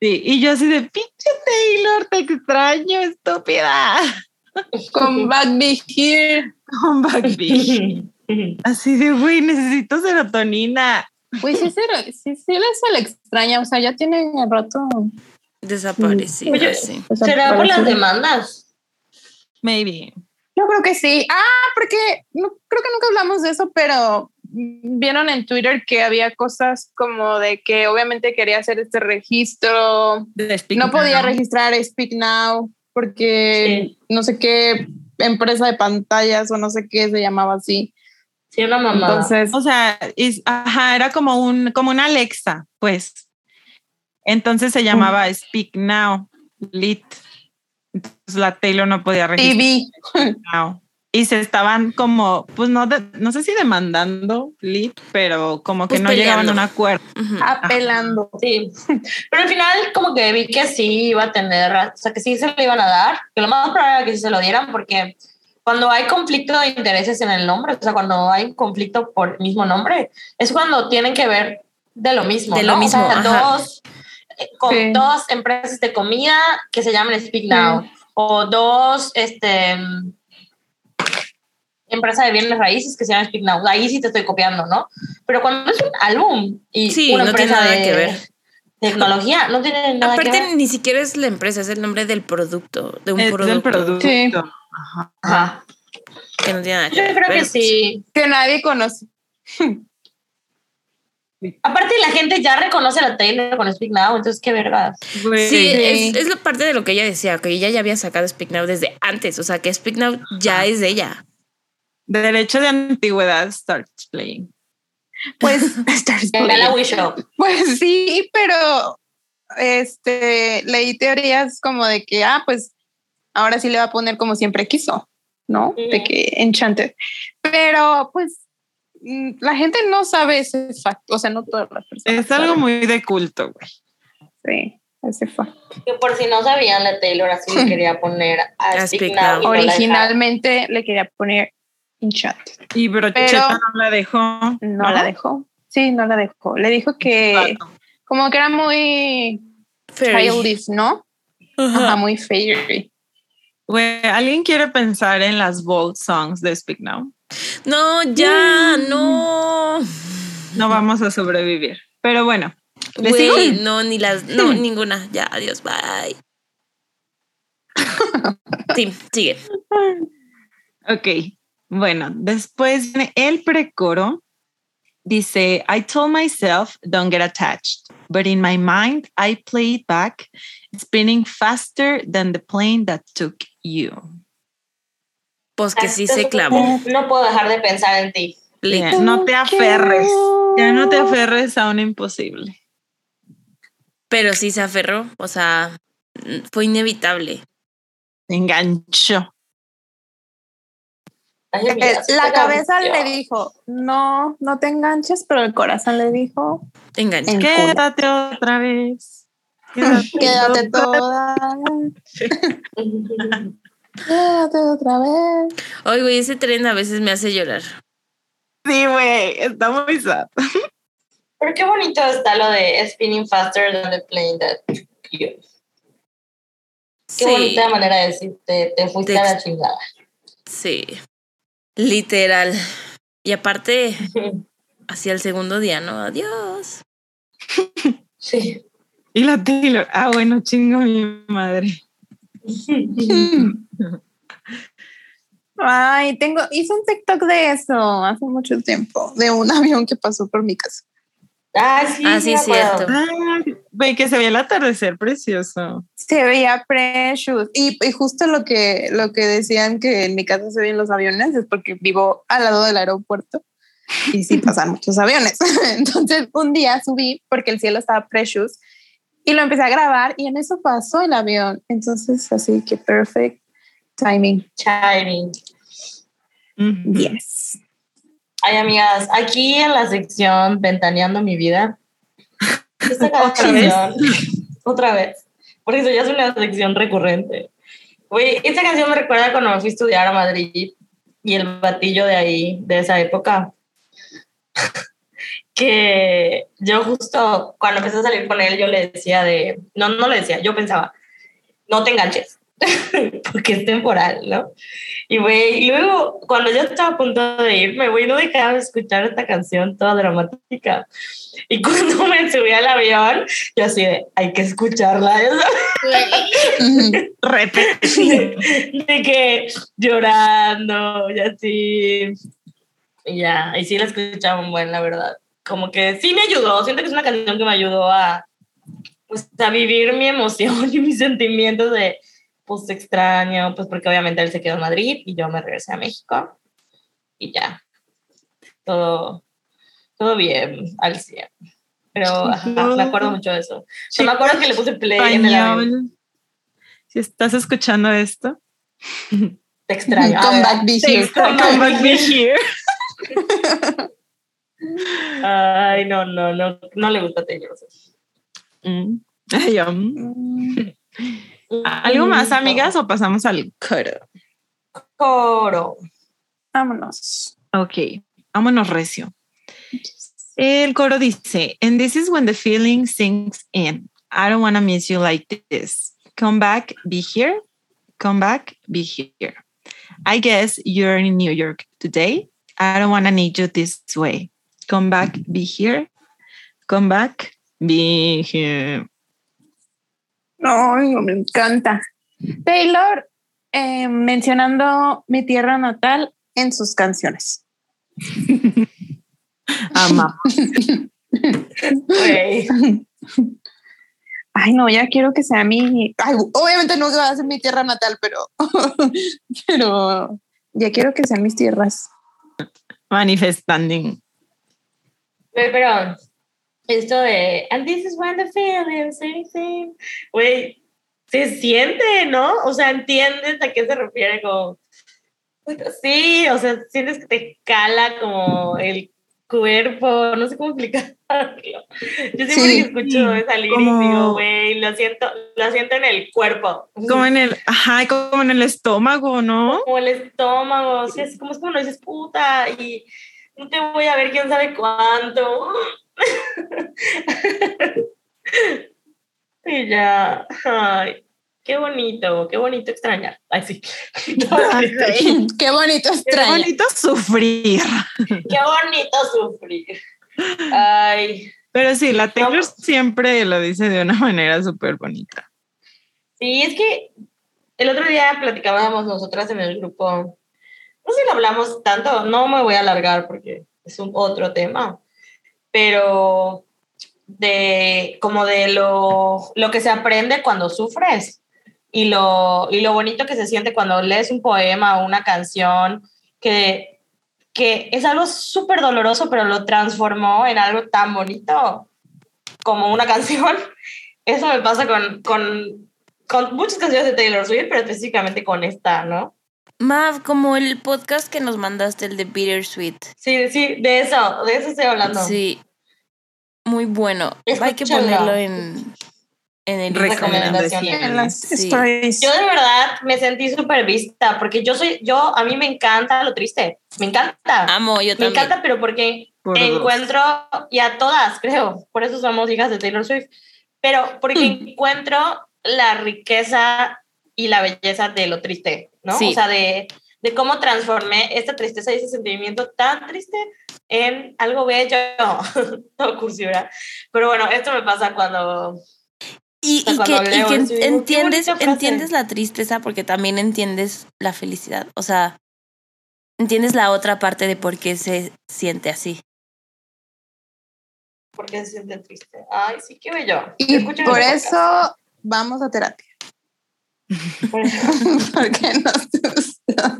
Speaker 5: sí, y yo así de pinche Taylor, te extraño, estúpida.
Speaker 3: Come back be here.
Speaker 5: Come back, bitch. Así de, güey, necesito serotonina.
Speaker 3: Güey, sí, se, le- sí, sí le- se le extraña. O sea, ya tiene rato.
Speaker 2: Desaparecido,
Speaker 4: Oye.
Speaker 2: sí.
Speaker 3: o sea,
Speaker 4: ¿Será por las
Speaker 3: parece-
Speaker 4: demandas?
Speaker 5: Maybe.
Speaker 3: Yo creo que sí. Ah, porque no, creo que nunca hablamos de eso, pero mm, vieron en Twitter que había cosas como de que obviamente quería hacer este registro, no podía registrar Speak Now porque no sé qué empresa de pantallas o no sé qué se llamaba así.
Speaker 4: Sí, una mamada.
Speaker 3: Entonces,
Speaker 5: O sea, es- ajá, era como un, como una Alexa, pues. Entonces se llamaba
Speaker 2: Mm.
Speaker 5: Speak Now, Lit. Entonces la Taylor no podía registrar
Speaker 3: TV.
Speaker 5: Now. Y se estaban como, pues no, de- no sé si demandando Lit, pero como que
Speaker 2: Pues
Speaker 5: no llegaban a un
Speaker 2: peleando.
Speaker 5: acuerdo.
Speaker 2: Ujú.
Speaker 4: ah,
Speaker 3: apelando.
Speaker 4: Sí. Pero al final como que vi que sí iba a tener, o sea, que sí se lo iban a dar, que lo más probable era que sí se lo dieran porque cuando hay conflicto de intereses en el nombre, o sea, cuando hay un conflicto por el mismo nombre, es cuando tienen que ver de lo mismo,
Speaker 2: De lo
Speaker 4: ¿no? O sea,
Speaker 2: mismo, ajá.
Speaker 4: dos eh, con
Speaker 3: Sí.
Speaker 4: dos empresas de comida que se llaman Speak Now o dos este, empresas de bienes raíces que se llaman Speak Now. Ahí sí te estoy copiando, ¿no? Pero cuando es un álbum y
Speaker 2: Sí,
Speaker 4: una
Speaker 2: no tiene
Speaker 4: empresa
Speaker 2: nada
Speaker 4: de
Speaker 2: que ver.
Speaker 4: tecnología, no tiene nada que ver.
Speaker 2: Aparte, ni siquiera es la empresa, es el nombre del producto, de un
Speaker 5: es
Speaker 2: producto,
Speaker 5: del eh, producto.
Speaker 3: Sí.
Speaker 5: Ajá.
Speaker 4: Ajá.
Speaker 2: que no tiene nada que
Speaker 4: Yo
Speaker 2: ver.
Speaker 4: creo que
Speaker 2: pero-
Speaker 4: sí.
Speaker 3: que nadie conoce.
Speaker 4: Aparte, la gente ya reconoce a la Taylor con Speak Now, entonces qué vergas.
Speaker 5: Güey.
Speaker 2: Sí,
Speaker 3: Sí.
Speaker 2: es, es la parte de lo que ella decía, que ella ya había sacado Speak Now desde antes, o sea que Speak Now ya es de ella.
Speaker 5: Derecho de antigüedad starts playing.
Speaker 3: Pues, Stars
Speaker 4: Venga, la
Speaker 3: Play.
Speaker 4: Wii Show.
Speaker 3: pues sí, pero este leí teorías como de que, ah, pues ahora sí le va a poner como siempre quiso, ¿no? De
Speaker 4: Ujú.
Speaker 3: que Enchanted. Pero pues mm, la gente no sabe ese facto, o sea, no todas las personas.
Speaker 5: Es algo muy de culto, güey.
Speaker 3: Sí, ese facto.
Speaker 4: Que por si no sabían, la Taylor así le quería poner a
Speaker 2: A
Speaker 4: Speak
Speaker 2: Speak Now.
Speaker 4: Now. y no la dejaron.
Speaker 3: Originalmente le quería poner Enchanted.
Speaker 5: Y brocheta
Speaker 3: Pero-
Speaker 5: no la dejó. No,
Speaker 3: No, la dejó. Sí, no la dejó. Le dijo que como que era muy
Speaker 2: Fairy.
Speaker 3: childish, ¿no? Ajá,
Speaker 2: Ajá.
Speaker 3: muy fairy.
Speaker 5: Güey, ¿alguien quiere pensar en las bold songs de Speak Now?
Speaker 2: No, ya,
Speaker 5: Mm.
Speaker 2: no.
Speaker 5: No vamos a sobrevivir. Pero bueno, ¿le sigo?
Speaker 2: Güey, no, ni las, no,
Speaker 4: Mm.
Speaker 2: ninguna. Ya, adiós, bye. Sí, sigue.
Speaker 5: Ok, bueno, después viene el precoro. Dice, I told myself, don't get attached, but in my mind, I played back, spinning faster than the plane that took you.
Speaker 2: Pues que sí se clavó.
Speaker 4: No puedo dejar de pensar en ti.
Speaker 2: Lit.
Speaker 5: Ya, no te aferres, ya no te aferres a un imposible.
Speaker 2: Pero sí se aferró, o sea, mm, fue inevitable.
Speaker 5: Te enganchó.
Speaker 4: Ay, mira,
Speaker 3: Eh,
Speaker 4: sí
Speaker 3: La
Speaker 4: te
Speaker 3: cabeza
Speaker 4: cambió.
Speaker 3: le dijo, no, no te enganches, pero el corazón le dijo,
Speaker 2: Te engancha.
Speaker 4: Eh.
Speaker 3: El culo.
Speaker 5: Quédate otra vez.
Speaker 3: quédate toda, quédate otra vez.
Speaker 2: Oye, güey, ese tren a veces me hace llorar.
Speaker 5: Sí, güey, está muy sad.
Speaker 4: Pero qué bonito está lo de spinning faster than the plane that took you. Qué
Speaker 2: Sí,
Speaker 4: bonita manera de decirte, te fuiste
Speaker 2: Te
Speaker 4: a la
Speaker 2: ex-
Speaker 4: chingada.
Speaker 2: sí. Literal. Y aparte, hacia el segundo día, ¿no? Adiós.
Speaker 4: Sí.
Speaker 5: Y la Taylor, ah, bueno, chingo mi madre.
Speaker 3: Ay, tengo, hice un TikTok de eso hace mucho tiempo, de un avión que pasó por mi casa.
Speaker 4: Ah, sí,
Speaker 2: Ah, sí,
Speaker 4: me acuerdo.
Speaker 2: cierto.
Speaker 5: Ah, güey, que se veía el atardecer precioso.
Speaker 3: Se veía precious. Y, y justo lo que, lo que decían que en mi casa se ven los aviones es porque vivo al lado del aeropuerto y sí pasan muchos aviones. Entonces un día subí porque el cielo estaba precious y lo empecé a grabar y en eso pasó el avión. Entonces así que perfect timing.
Speaker 4: Shining.
Speaker 5: Ujú.
Speaker 3: Yes.
Speaker 4: Ay, amigas, aquí en la sección Ventaneando mi vida. Esta canción. Otra vez. Porque eso ya es una sección recurrente. Güey, esta canción me recuerda cuando me fui a estudiar a Madrid y el batillo de ahí, de esa época. que yo justo cuando empecé a salir con él, yo le decía de. No, no le decía, yo pensaba, no te enganches. porque es temporal, ¿no? Y güey, y luego cuando yo estaba a punto de irme, güey, no dejaba de escuchar esta canción toda dramática. Y cuando me subí al avión, yo así de, hay que escucharla, ya sabes,
Speaker 3: Ujú.
Speaker 5: Repetido.
Speaker 4: de que llorando y así. Y ya, y sí la escuchaba un buen, la verdad. Como que sí me ayudó, siento que es una canción que me ayudó a, pues, a vivir mi emoción y mis sentimientos de, pues, te extraño, pues, porque obviamente él se quedó en Madrid y yo me regresé a México. y ya. Todo, todo bien, al 100. Pero ajá, me acuerdo mucho de eso. Yo me acuerdo que le puse play en el avión.
Speaker 5: Español. Si estás escuchando esto,
Speaker 4: Te extraño.
Speaker 3: Come
Speaker 4: Ah,
Speaker 3: back, be
Speaker 4: te
Speaker 3: here.
Speaker 4: extraño.
Speaker 5: come back me here.
Speaker 4: Ay, no, no, no, no le gusta Taylor Swift.
Speaker 5: Mm. Ay, um.
Speaker 3: Mm,
Speaker 5: ¿Algo
Speaker 4: Mm,
Speaker 5: más, amigas, o pasamos al coro?
Speaker 4: Coro.
Speaker 3: Vámonos.
Speaker 5: Ok, vámonos recio. El coro dice, and this is when the feeling sinks in. I don't want to miss you like this. Come back, be here. Come back, be here. I guess you're in New York today. I don't want to need you this way. Come back, be here. Come back, be here.
Speaker 3: Ay, No, me encanta. Taylor eh, mencionando mi tierra natal en sus canciones.
Speaker 5: Ama.
Speaker 4: Güey.
Speaker 3: Ay, no, ya quiero que sea mi. Ay, obviamente no va a ser mi tierra natal, pero. pero ya quiero que sean mis tierras.
Speaker 5: Manifesting.
Speaker 4: Güey, pero esto de and this is when the feelings anything güey se siente no o sea entiendes a qué se refiere como sí o sea sientes que te cala como el cuerpo no sé cómo explicarlo yo siempre que
Speaker 3: Sí.
Speaker 4: escucho esa lírica
Speaker 5: Como-
Speaker 4: digo güey lo siento lo siento en el cuerpo
Speaker 5: Como en el, ajá, como en el estómago, ¿no?
Speaker 4: como el estómago, o sea, es como es como no dices puta y no te voy a ver quién sabe cuánto. y ya, ay, qué bonito, qué bonito extrañar. Ay, sí. Entonces,
Speaker 3: Qué bonito
Speaker 5: Qué
Speaker 3: extraño.
Speaker 5: bonito sufrir.
Speaker 4: qué bonito sufrir. Ay,
Speaker 5: Pero sí, la Taylor siempre lo dice de una manera súper bonita.
Speaker 4: sí, es que el otro día platicábamos nosotras en el grupo, no sé si lo hablamos tanto, no me voy a alargar porque es un otro tema, pero de como de lo, lo que se aprende cuando sufres y lo, y lo bonito que se siente cuando lees un poema o una canción que, que es algo súper doloroso, pero lo transformó en algo tan bonito como una canción. Eso me pasa con, con, con muchas canciones de Taylor Swift, pero específicamente con esta, ¿no?
Speaker 2: Mav, como el podcast que nos mandaste, el de Bittersweet.
Speaker 4: Sí, sí, de eso, de eso estoy hablando.
Speaker 2: Sí. Muy bueno. Hay que
Speaker 4: Escúchalo.
Speaker 2: ponerlo en, en el
Speaker 4: Recomendaciones.
Speaker 3: En
Speaker 2: recomendaciones.
Speaker 3: las
Speaker 2: Sí.
Speaker 3: stories.
Speaker 4: Yo de verdad me sentí súper vista, porque yo soy, yo, a mí me encanta lo triste, me encanta.
Speaker 2: Amo, yo
Speaker 4: me
Speaker 2: también.
Speaker 4: encanta, pero porque
Speaker 5: Por dos.
Speaker 4: encuentro, y a todas, creo, por eso somos hijas de Taylor Swift, pero porque
Speaker 3: Hmm.
Speaker 4: encuentro la riqueza y la belleza de lo triste, ¿no?
Speaker 2: Sí.
Speaker 4: O sea, de, de cómo transformé esta tristeza y ese sentimiento tan triste en algo bello, todo cursiva. Pero bueno, esto me pasa cuando...
Speaker 2: Y,
Speaker 4: sea,
Speaker 2: y que,
Speaker 4: cuando
Speaker 2: y
Speaker 4: leo
Speaker 2: que
Speaker 4: eso, digo, qué
Speaker 2: entiendes,
Speaker 4: bonita frase.
Speaker 2: entiendes la tristeza porque también entiendes la felicidad. O sea, entiendes la otra parte de por qué se siente así.
Speaker 4: porque se siente triste. Ay, sí, qué bello.
Speaker 3: Y
Speaker 4: Escuchen
Speaker 3: por
Speaker 4: el podcast.
Speaker 3: eso vamos a terapia.
Speaker 4: Por eso.
Speaker 3: Porque nos gusta.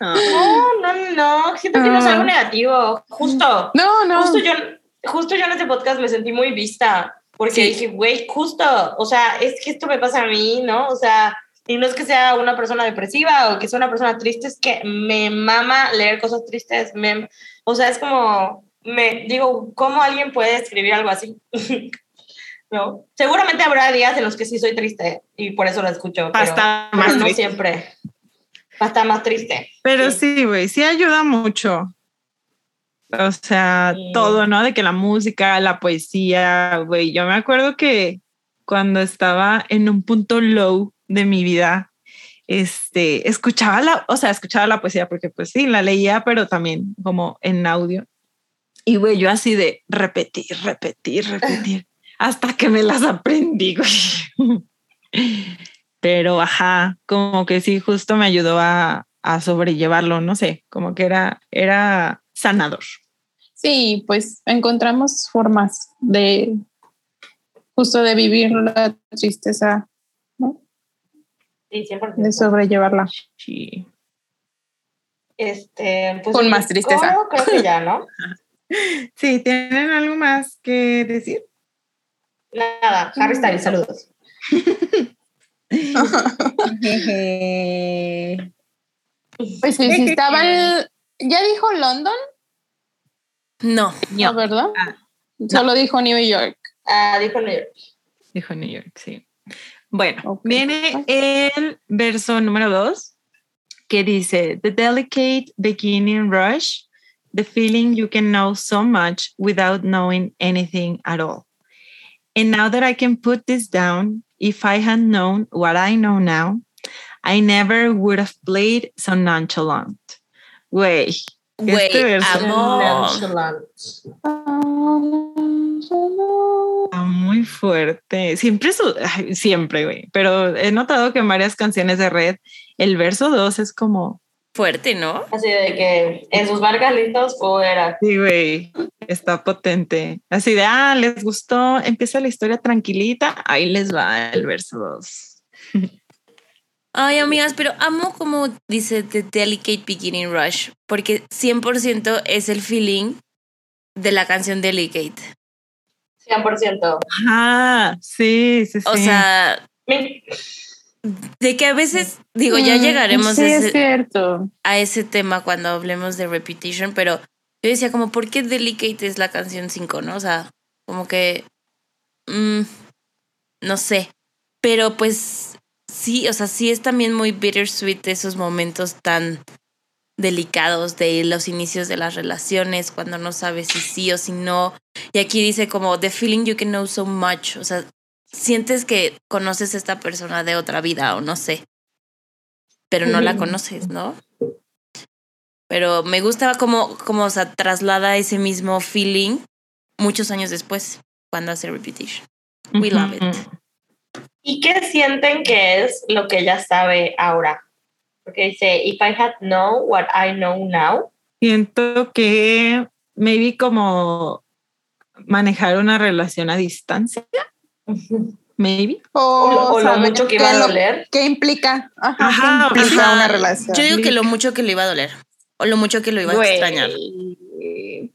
Speaker 4: No, no, no. Siento que no es algo
Speaker 3: Ah.
Speaker 4: negativo. Justo.
Speaker 3: No, no.
Speaker 4: Justo yo, justo yo en este podcast me sentí muy vista. Porque
Speaker 2: Sí.
Speaker 4: dije, güey, justo. O sea, es que esto me pasa a mí, ¿no? O sea, y no es que sea una persona depresiva o que sea una persona triste, es que me mama leer cosas tristes. me- o sea, es como, me digo, ¿cómo alguien puede escribir algo así? no. Seguramente habrá días en los que sí soy triste y por eso la escucho. pero-
Speaker 5: Hasta
Speaker 4: pero
Speaker 5: más
Speaker 4: no
Speaker 5: triste.
Speaker 4: siempre. Va a estar más triste.
Speaker 5: Pero sí, güey, sí ayuda mucho. O sea,
Speaker 4: Sí.
Speaker 5: todo, ¿no? De que la música, la poesía, güey. Yo me acuerdo que cuando estaba en un punto low de mi vida, este, escuchaba la, o sea, escuchaba la poesía porque pues sí, la leía, pero también como en audio. Y güey, yo así de repetir, repetir, repetir, hasta que me las aprendí, güey. Pero ajá, como que sí, justo me ayudó a, a sobrellevarlo, no sé, como que era, era sanador.
Speaker 3: Sí, pues encontramos formas de justo de vivir la tristeza,
Speaker 4: Sí, 100%.
Speaker 3: de sobrellevarla.
Speaker 5: Sí.
Speaker 4: Este, pues,
Speaker 3: Con
Speaker 4: el
Speaker 3: más tristeza.
Speaker 4: coro Creo que ya, ¿no?
Speaker 5: Sí, ¿tienen algo más que decir?
Speaker 4: Nada, Harry Styles, saludos.
Speaker 3: Pues sí, si estaba el- ya dijo London,
Speaker 2: No.
Speaker 3: ¿no, verdad?
Speaker 5: Ah,
Speaker 3: Solo dijo New York.
Speaker 4: Ah, dijo New York.
Speaker 5: Dijo New York, sí. Bueno,
Speaker 3: Ok.
Speaker 5: viene el verso número dos que dice, The delicate beginning rush, the feeling you can know so much without knowing anything at all. And now that I can put this down, if I had known what I know now, I never would have played so nonchalant. Güey,
Speaker 2: Güey,
Speaker 5: Este verso.
Speaker 2: amo.
Speaker 4: Nonchalant.
Speaker 5: está Ah, muy fuerte. Siempre, su- ay, siempre, güey. Pero he notado que en varias canciones de red, el verso 2 es como,
Speaker 2: Fuerte, ¿no?
Speaker 4: Así de que en sus barcas listos fuera.
Speaker 5: sí, güey, está potente. Así de, ah, les gustó, empieza la historia tranquilita, ahí les va el verso 2.
Speaker 2: Ay, amigas, pero amo como dice The Delicate Beginning Rush, porque 100% es el feeling de la canción Delicate.
Speaker 4: 100%.
Speaker 5: Ajá, sí, sí, sí.
Speaker 2: O sea,
Speaker 4: Mi-
Speaker 2: de que a veces, digo, ya
Speaker 3: Mm,
Speaker 2: llegaremos
Speaker 3: Sí,
Speaker 2: a,
Speaker 3: es
Speaker 2: ese,
Speaker 3: cierto.
Speaker 2: a ese tema cuando hablemos de Reputation, pero yo decía como, ¿por qué Delicate es la canción 5, no? O sea, como que, mm, no sé, pero pues sí, o sea, sí es también muy bittersweet esos momentos tan delicados de los inicios de las relaciones, cuando no sabes si sí o si no. Y aquí dice como, the feeling you can know so much, o sea, sientes que conoces a esta persona de otra vida o no sé, pero no la
Speaker 4: Ujú.
Speaker 2: conoces, ¿no? Pero me gusta como, como o sea, traslada ese mismo feeling muchos años después, cuando hace Reputation. we love it.
Speaker 4: ¿Y qué sienten que es lo que ella sabe ahora? Porque dice, if I had known what I know now.
Speaker 5: Siento que maybe como manejar una relación a distancia, maybe.
Speaker 4: O,
Speaker 3: O,
Speaker 4: lo- o lo
Speaker 3: saber
Speaker 4: mucho que
Speaker 3: qué
Speaker 4: iba a
Speaker 3: lo-
Speaker 4: doler.
Speaker 3: ¿Qué implica? Ajá,
Speaker 5: Ajá,
Speaker 3: ¿qué implica
Speaker 2: ajá.
Speaker 3: una relación?
Speaker 2: Yo digo que lo mucho que le iba a doler o lo mucho que lo iba a
Speaker 5: Güey,
Speaker 2: extrañar.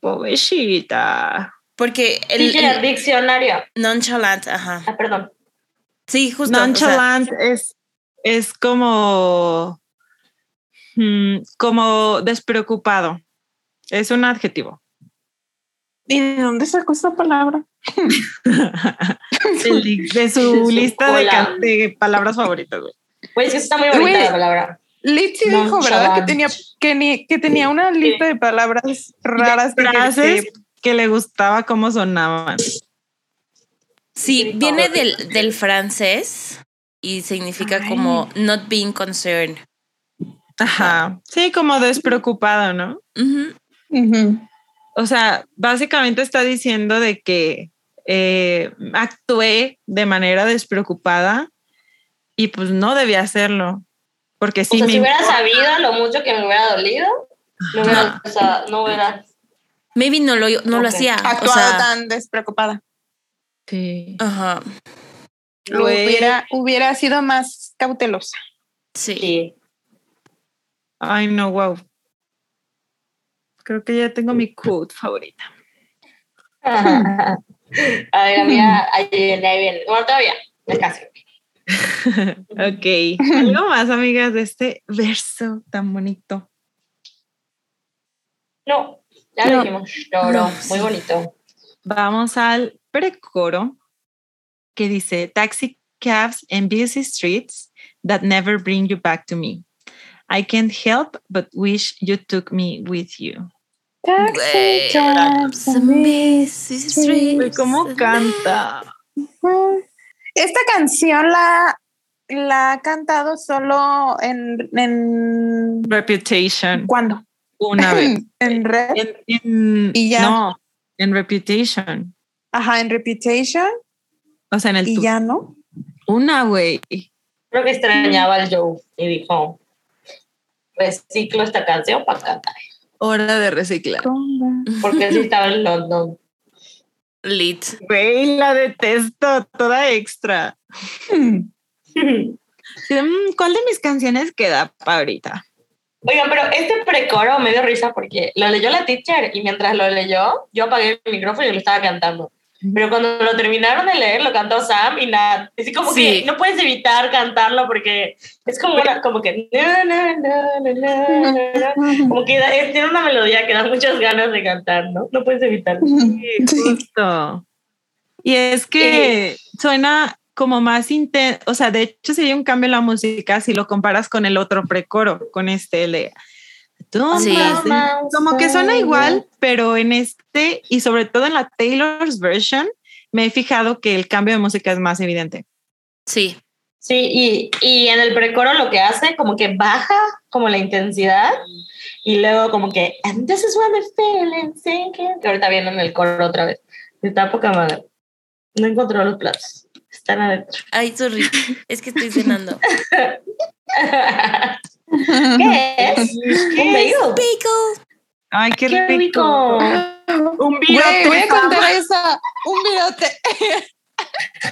Speaker 5: Pobrecita.
Speaker 2: Porque el,
Speaker 4: Dije el
Speaker 2: el
Speaker 4: diccionario.
Speaker 2: nonchalant, ajá.
Speaker 4: Ah, perdón.
Speaker 2: Sí, justo. o sea,
Speaker 5: Nonchalant es, es como, mm, como despreocupado. Es un adjetivo.
Speaker 3: ¿Y de dónde sacó esa palabra?
Speaker 5: Del- de
Speaker 4: De
Speaker 5: su
Speaker 4: su
Speaker 5: lista de,
Speaker 4: cola.
Speaker 5: can- de palabras favoritas. güey.
Speaker 4: Pues es que está muy bonita
Speaker 3: Güey.
Speaker 4: la palabra.
Speaker 3: Litsi
Speaker 4: No,
Speaker 3: dijo, ¿verdad? Que
Speaker 4: chaval.
Speaker 3: tenía, que, ni- que tenía una lista de palabras raras. que-
Speaker 5: Frases que le gustaba cómo sonaban.
Speaker 2: Sí,
Speaker 4: Sí,
Speaker 2: viene
Speaker 4: favor.
Speaker 2: del, del francés y significa
Speaker 5: Ay.
Speaker 2: como not being concerned.
Speaker 5: Ajá. Sí, como despreocupado, ¿no?
Speaker 2: Ujú.
Speaker 3: que- Ujú.
Speaker 5: O sea, básicamente está diciendo de que eh, actué de manera despreocupada y pues no debía hacerlo. Porque
Speaker 4: O
Speaker 5: sí
Speaker 4: sea,
Speaker 5: me
Speaker 4: si hubiera sabido lo mucho que me hubiera dolido, no hubiera, o sea, no hubiera.
Speaker 2: Maybe no lo, no lo
Speaker 4: Ok.
Speaker 2: hacía. Ah, o
Speaker 3: Actuado
Speaker 2: sea,
Speaker 3: tan despreocupada.
Speaker 5: Sí.
Speaker 2: Ajá.
Speaker 5: Güey.
Speaker 3: Hubiera, hubiera sido más cautelosa.
Speaker 2: Sí.
Speaker 4: Sí.
Speaker 5: Ay, no, wow. Creo que ya tengo mi quote favorita.
Speaker 4: a ver, amiga, ahí viene, ahí viene. Bueno, todavía, es casi.
Speaker 5: Ok. Algo más, amigas, de este verso tan bonito.
Speaker 4: No, ya
Speaker 3: No.
Speaker 4: lo dijimos. No, no,
Speaker 2: No,
Speaker 4: muy
Speaker 2: sí.
Speaker 4: bonito.
Speaker 5: Vamos al precoro que dice taxi cabs and busy streets that never bring you back to me. I can't help but wish you took me with you.
Speaker 2: Güey,
Speaker 3: cabs,
Speaker 5: Uy, ¿Cómo canta?
Speaker 3: Mm. Esta canción la, la ha cantado solo en, en
Speaker 5: Reputation,
Speaker 3: ¿cuándo?
Speaker 5: una vez.
Speaker 3: en Red.
Speaker 5: En, en-
Speaker 3: Y ya.
Speaker 5: No, en Reputation.
Speaker 3: Ajá, en Reputation.
Speaker 5: O sea, en el
Speaker 3: Y
Speaker 5: tu-
Speaker 3: ya no.
Speaker 5: Una, güey.
Speaker 4: Creo que extrañaba al Joe y dijo, reciclo esta canción para cantar,
Speaker 5: Hora de reciclar.
Speaker 4: porque sí estaba en London.
Speaker 2: Lit.
Speaker 5: Güey, la detesto, toda extra.
Speaker 3: Mm.
Speaker 5: Mm, ¿Cuál de mis canciones queda para ahorita?
Speaker 4: Oigan, pero este precoro me dio risa porque lo leyó la teacher y mientras lo leyó, yo apagué el micrófono y lo estaba cantando. Pero cuando lo terminaron de leer, lo cantó Sam y nada. Así como
Speaker 2: Sí.
Speaker 4: que no puedes evitar cantarlo porque es como, una- como que. na, na, na, na, na, na. Como que da- es- tiene una melodía que da muchas ganas de cantar, ¿no? No puedes evitarlo.
Speaker 3: Sí.
Speaker 5: Justo. Eh. Y es que suena como más intenso, o sea, de hecho sería un cambio en la música si lo comparas con el otro precoro, con este el de Don't
Speaker 2: Sí.
Speaker 5: pass it. Como que suena igual, pero en este y sobre todo en la Taylor's version me he fijado que el cambio de música es más evidente.
Speaker 2: Sí.
Speaker 4: Sí, y, y en el precoro lo que hace como que baja como la intensidad y luego como que and this is what I'm feeling, thinking", que ahorita viene en el coro otra vez. Está poca madre. No encontró los platos. Están adentro.
Speaker 2: Ay, sorry. Es que estoy cenando.
Speaker 4: ¿Qué es?
Speaker 2: Un
Speaker 4: ¿Qué es?
Speaker 2: bagel.
Speaker 5: Ay, qué,
Speaker 4: ¡Qué rico!
Speaker 5: rico.
Speaker 3: Un
Speaker 5: virote.
Speaker 3: voy a contar esa. Un virote.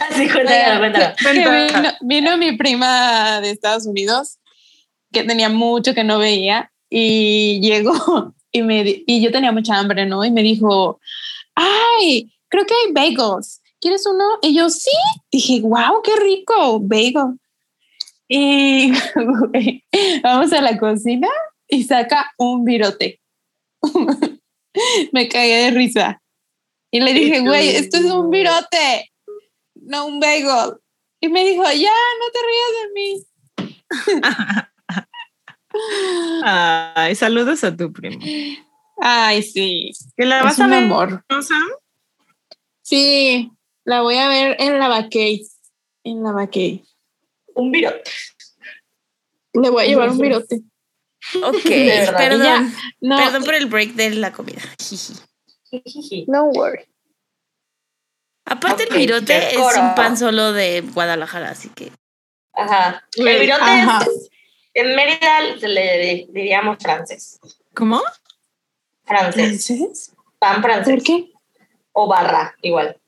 Speaker 4: Así cuéntalo, cuéntalo.
Speaker 3: Que
Speaker 5: Cuenta.
Speaker 3: vino, vino mi prima de Estados Unidos, que tenía mucho que no veía, y llegó y, me, di- y yo tenía mucha hambre, ¿no? Y me dijo, ay, creo que hay bagels. ¿Quieres uno? Y yo, sí. Dije, wow, qué rico, bagel. Y güey, vamos a la cocina y saca un virote. me cagué de risa. Y le dije, güey, esto es un virote, no un bagel. Y me dijo, ya, no te rías de mí.
Speaker 5: Ay, saludos a tu primo.
Speaker 3: Ay, sí.
Speaker 5: ¿Que la
Speaker 3: Es
Speaker 5: vas a
Speaker 3: un
Speaker 5: ver,
Speaker 3: amor.
Speaker 5: ¿no, Sam?
Speaker 3: Sí, la voy a ver en la vaquey. En la vaquey.
Speaker 4: Un virote.
Speaker 3: Le voy a llevar un virote.
Speaker 2: Ok,
Speaker 4: De verdad,
Speaker 2: perdón.
Speaker 3: No,
Speaker 2: Perdón por el break de la comida. Jiji.
Speaker 4: Jijiji.
Speaker 3: no worry.
Speaker 2: Aparte,
Speaker 4: Ok,
Speaker 2: el virote es
Speaker 4: decoro.
Speaker 2: un pan solo de Guadalajara, así que.
Speaker 4: Ajá. El virote
Speaker 3: Ajá.
Speaker 4: es. En Mérida se le di- diríamos francés.
Speaker 5: ¿Cómo?
Speaker 4: Francés.
Speaker 3: ¿Francés?
Speaker 4: Pan
Speaker 3: ¿Por
Speaker 4: francés.
Speaker 3: qué?
Speaker 4: O barra, igual.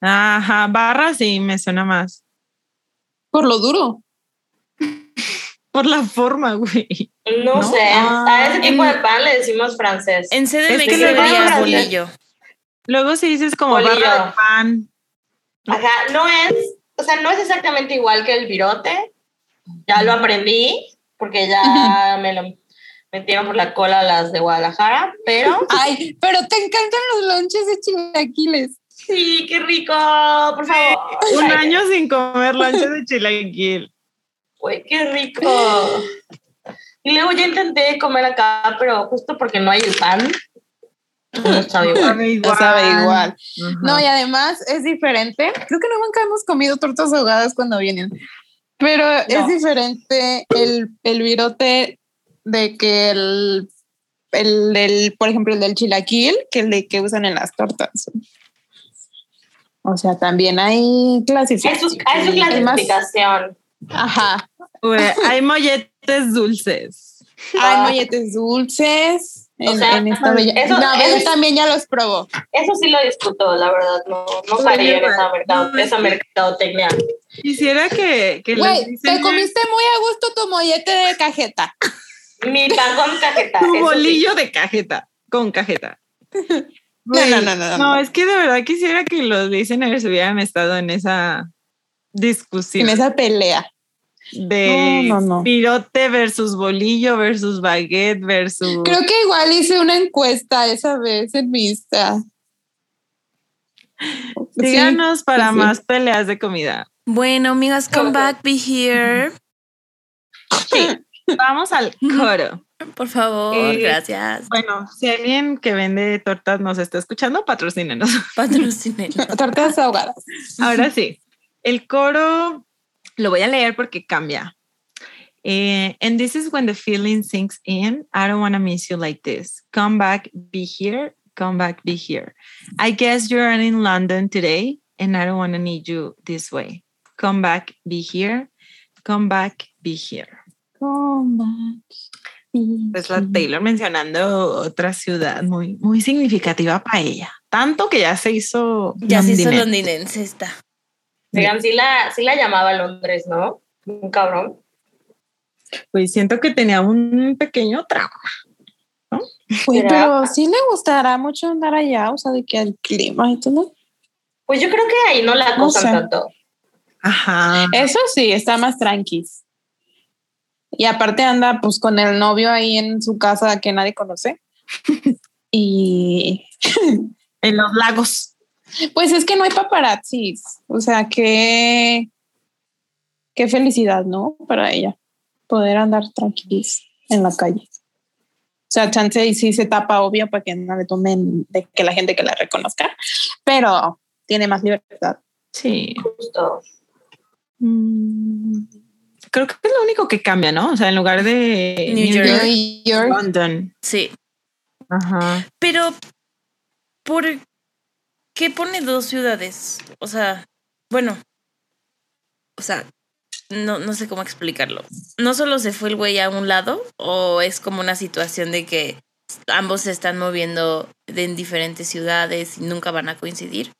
Speaker 5: Ajá, barra sí me suena más.
Speaker 3: Por lo duro.
Speaker 5: Por la forma, güey.
Speaker 4: No,
Speaker 5: ¿No?
Speaker 4: sé.
Speaker 5: Ah.
Speaker 4: a ese tipo
Speaker 2: En-
Speaker 4: de pan le decimos francés.
Speaker 2: En
Speaker 5: Es
Speaker 2: CDMX
Speaker 5: que le
Speaker 2: sería
Speaker 4: vamos a-
Speaker 2: bolillo.
Speaker 5: Luego si dices como
Speaker 4: Bolillo.
Speaker 5: barra de pan.
Speaker 4: Ajá. No es. O sea, no es exactamente igual que el virote. Ya lo aprendí porque ya me lo metieron por la cola las de Guadalajara. Pero.
Speaker 3: Ay, pero te encantan los lonches de chilaquiles.
Speaker 4: Sí, qué rico. Por favor.
Speaker 5: Un año sin comer lonche de chilaquil.
Speaker 4: Güey, qué rico. Y luego ya intenté comer acá, pero justo porque no hay el pan. No sabe igual.
Speaker 5: Sabe
Speaker 3: No sabe igual.
Speaker 5: Ajá.
Speaker 3: No, y además es diferente. Creo que nunca hemos comido tortas ahogadas cuando vienen. Pero es diferente el, el virote de que el, el del, por ejemplo, el del chilaquil, que el de que usan en las tortas. O sea, también hay
Speaker 4: Es
Speaker 3: clasificación.
Speaker 4: su, es su clasificación.
Speaker 3: Ajá.
Speaker 5: Güey, hay molletes dulces.
Speaker 3: Hay
Speaker 4: Ah.
Speaker 3: molletes dulces. En,
Speaker 4: sea,
Speaker 3: en esta bella.
Speaker 4: eso-
Speaker 3: no,
Speaker 4: eso
Speaker 3: yo
Speaker 4: es-
Speaker 3: también ya los probó.
Speaker 4: Eso sí lo discuto, la verdad. No, no caí en esa, mercado, esa mercadotecnia.
Speaker 5: Quisiera que, que les
Speaker 3: Güey, te
Speaker 5: diseñen
Speaker 3: comiste muy a gusto tu mollete de cajeta.
Speaker 4: Mi pan con cajeta.
Speaker 5: tu
Speaker 4: eso
Speaker 5: bolillo de cajeta, con cajeta.
Speaker 3: No,
Speaker 5: Güey,
Speaker 3: no, no, no, no.
Speaker 5: No, es que de verdad quisiera que los listeners hubieran estado en esa discusión
Speaker 3: En esa pelea.
Speaker 5: de
Speaker 3: No, no, no.
Speaker 5: pirote versus bolillo versus baguette versus...
Speaker 3: Creo que igual hice una encuesta esa vez en mi Insta.
Speaker 5: Síganos para
Speaker 3: sí.
Speaker 5: más peleas de comida.
Speaker 2: Bueno, amigas, come
Speaker 4: Coro.
Speaker 2: back, be here.
Speaker 5: Vamos al coro.
Speaker 2: Por favor,
Speaker 5: Eh,
Speaker 2: gracias.
Speaker 5: Bueno, si alguien que vende tortas nos está escuchando, patrocínenos.
Speaker 2: Patrocinen.
Speaker 3: Sí. Tortas ahogadas.
Speaker 5: Ahora sí, el coro lo voy a leer porque cambia. Eh, and this is when the feeling sinks in. I don't want to miss you like this. Come back, be here. Come back, be here. I guess you're in London today, and I don't want to need you this way. Come back, be here. Come back, be here. Es la Taylor mencionando otra ciudad muy, muy significativa para ella. Tanto que ya se hizo.
Speaker 2: Ya se hizo
Speaker 5: londinense.
Speaker 2: londinense esta.
Speaker 4: Oigan, sí la, sí la llamaba Londres, ¿no? Un cabrón.
Speaker 5: Pues siento que tenía un pequeño trauma.
Speaker 3: Güey,
Speaker 4: ¿Será?
Speaker 3: pero sí le gustará mucho andar allá, o sea, de que al clima y todo.
Speaker 4: Pues yo creo que ahí no la
Speaker 3: No
Speaker 4: acosan
Speaker 3: sé.
Speaker 4: tanto.
Speaker 5: Ajá.
Speaker 3: Eso sí, está más tranquis. Y aparte anda pues con el novio ahí en su casa que nadie conoce. y
Speaker 5: En los lagos.
Speaker 3: Pues es que no hay paparazzis. O sea, qué, qué felicidad, ¿no? Para ella. Poder andar tranquilos en la calle. O sea, chance y sí se tapa obvia para que no le tomen de que la gente que la reconozca. Pero tiene más libertad.
Speaker 5: Sí.
Speaker 4: Justo.
Speaker 5: Mm, Creo que es lo único que cambia, ¿no? O sea, en lugar de
Speaker 2: New York.
Speaker 3: New York,
Speaker 5: London.
Speaker 2: Sí.
Speaker 5: Ajá.
Speaker 2: Pero, ¿por qué pone dos ciudades? O sea, bueno. O sea, no, no sé cómo explicarlo. ¿No solo se fue el güey a un lado? ¿O es como una situación de que ambos se están moviendo de- en diferentes ciudades y nunca van a coincidir?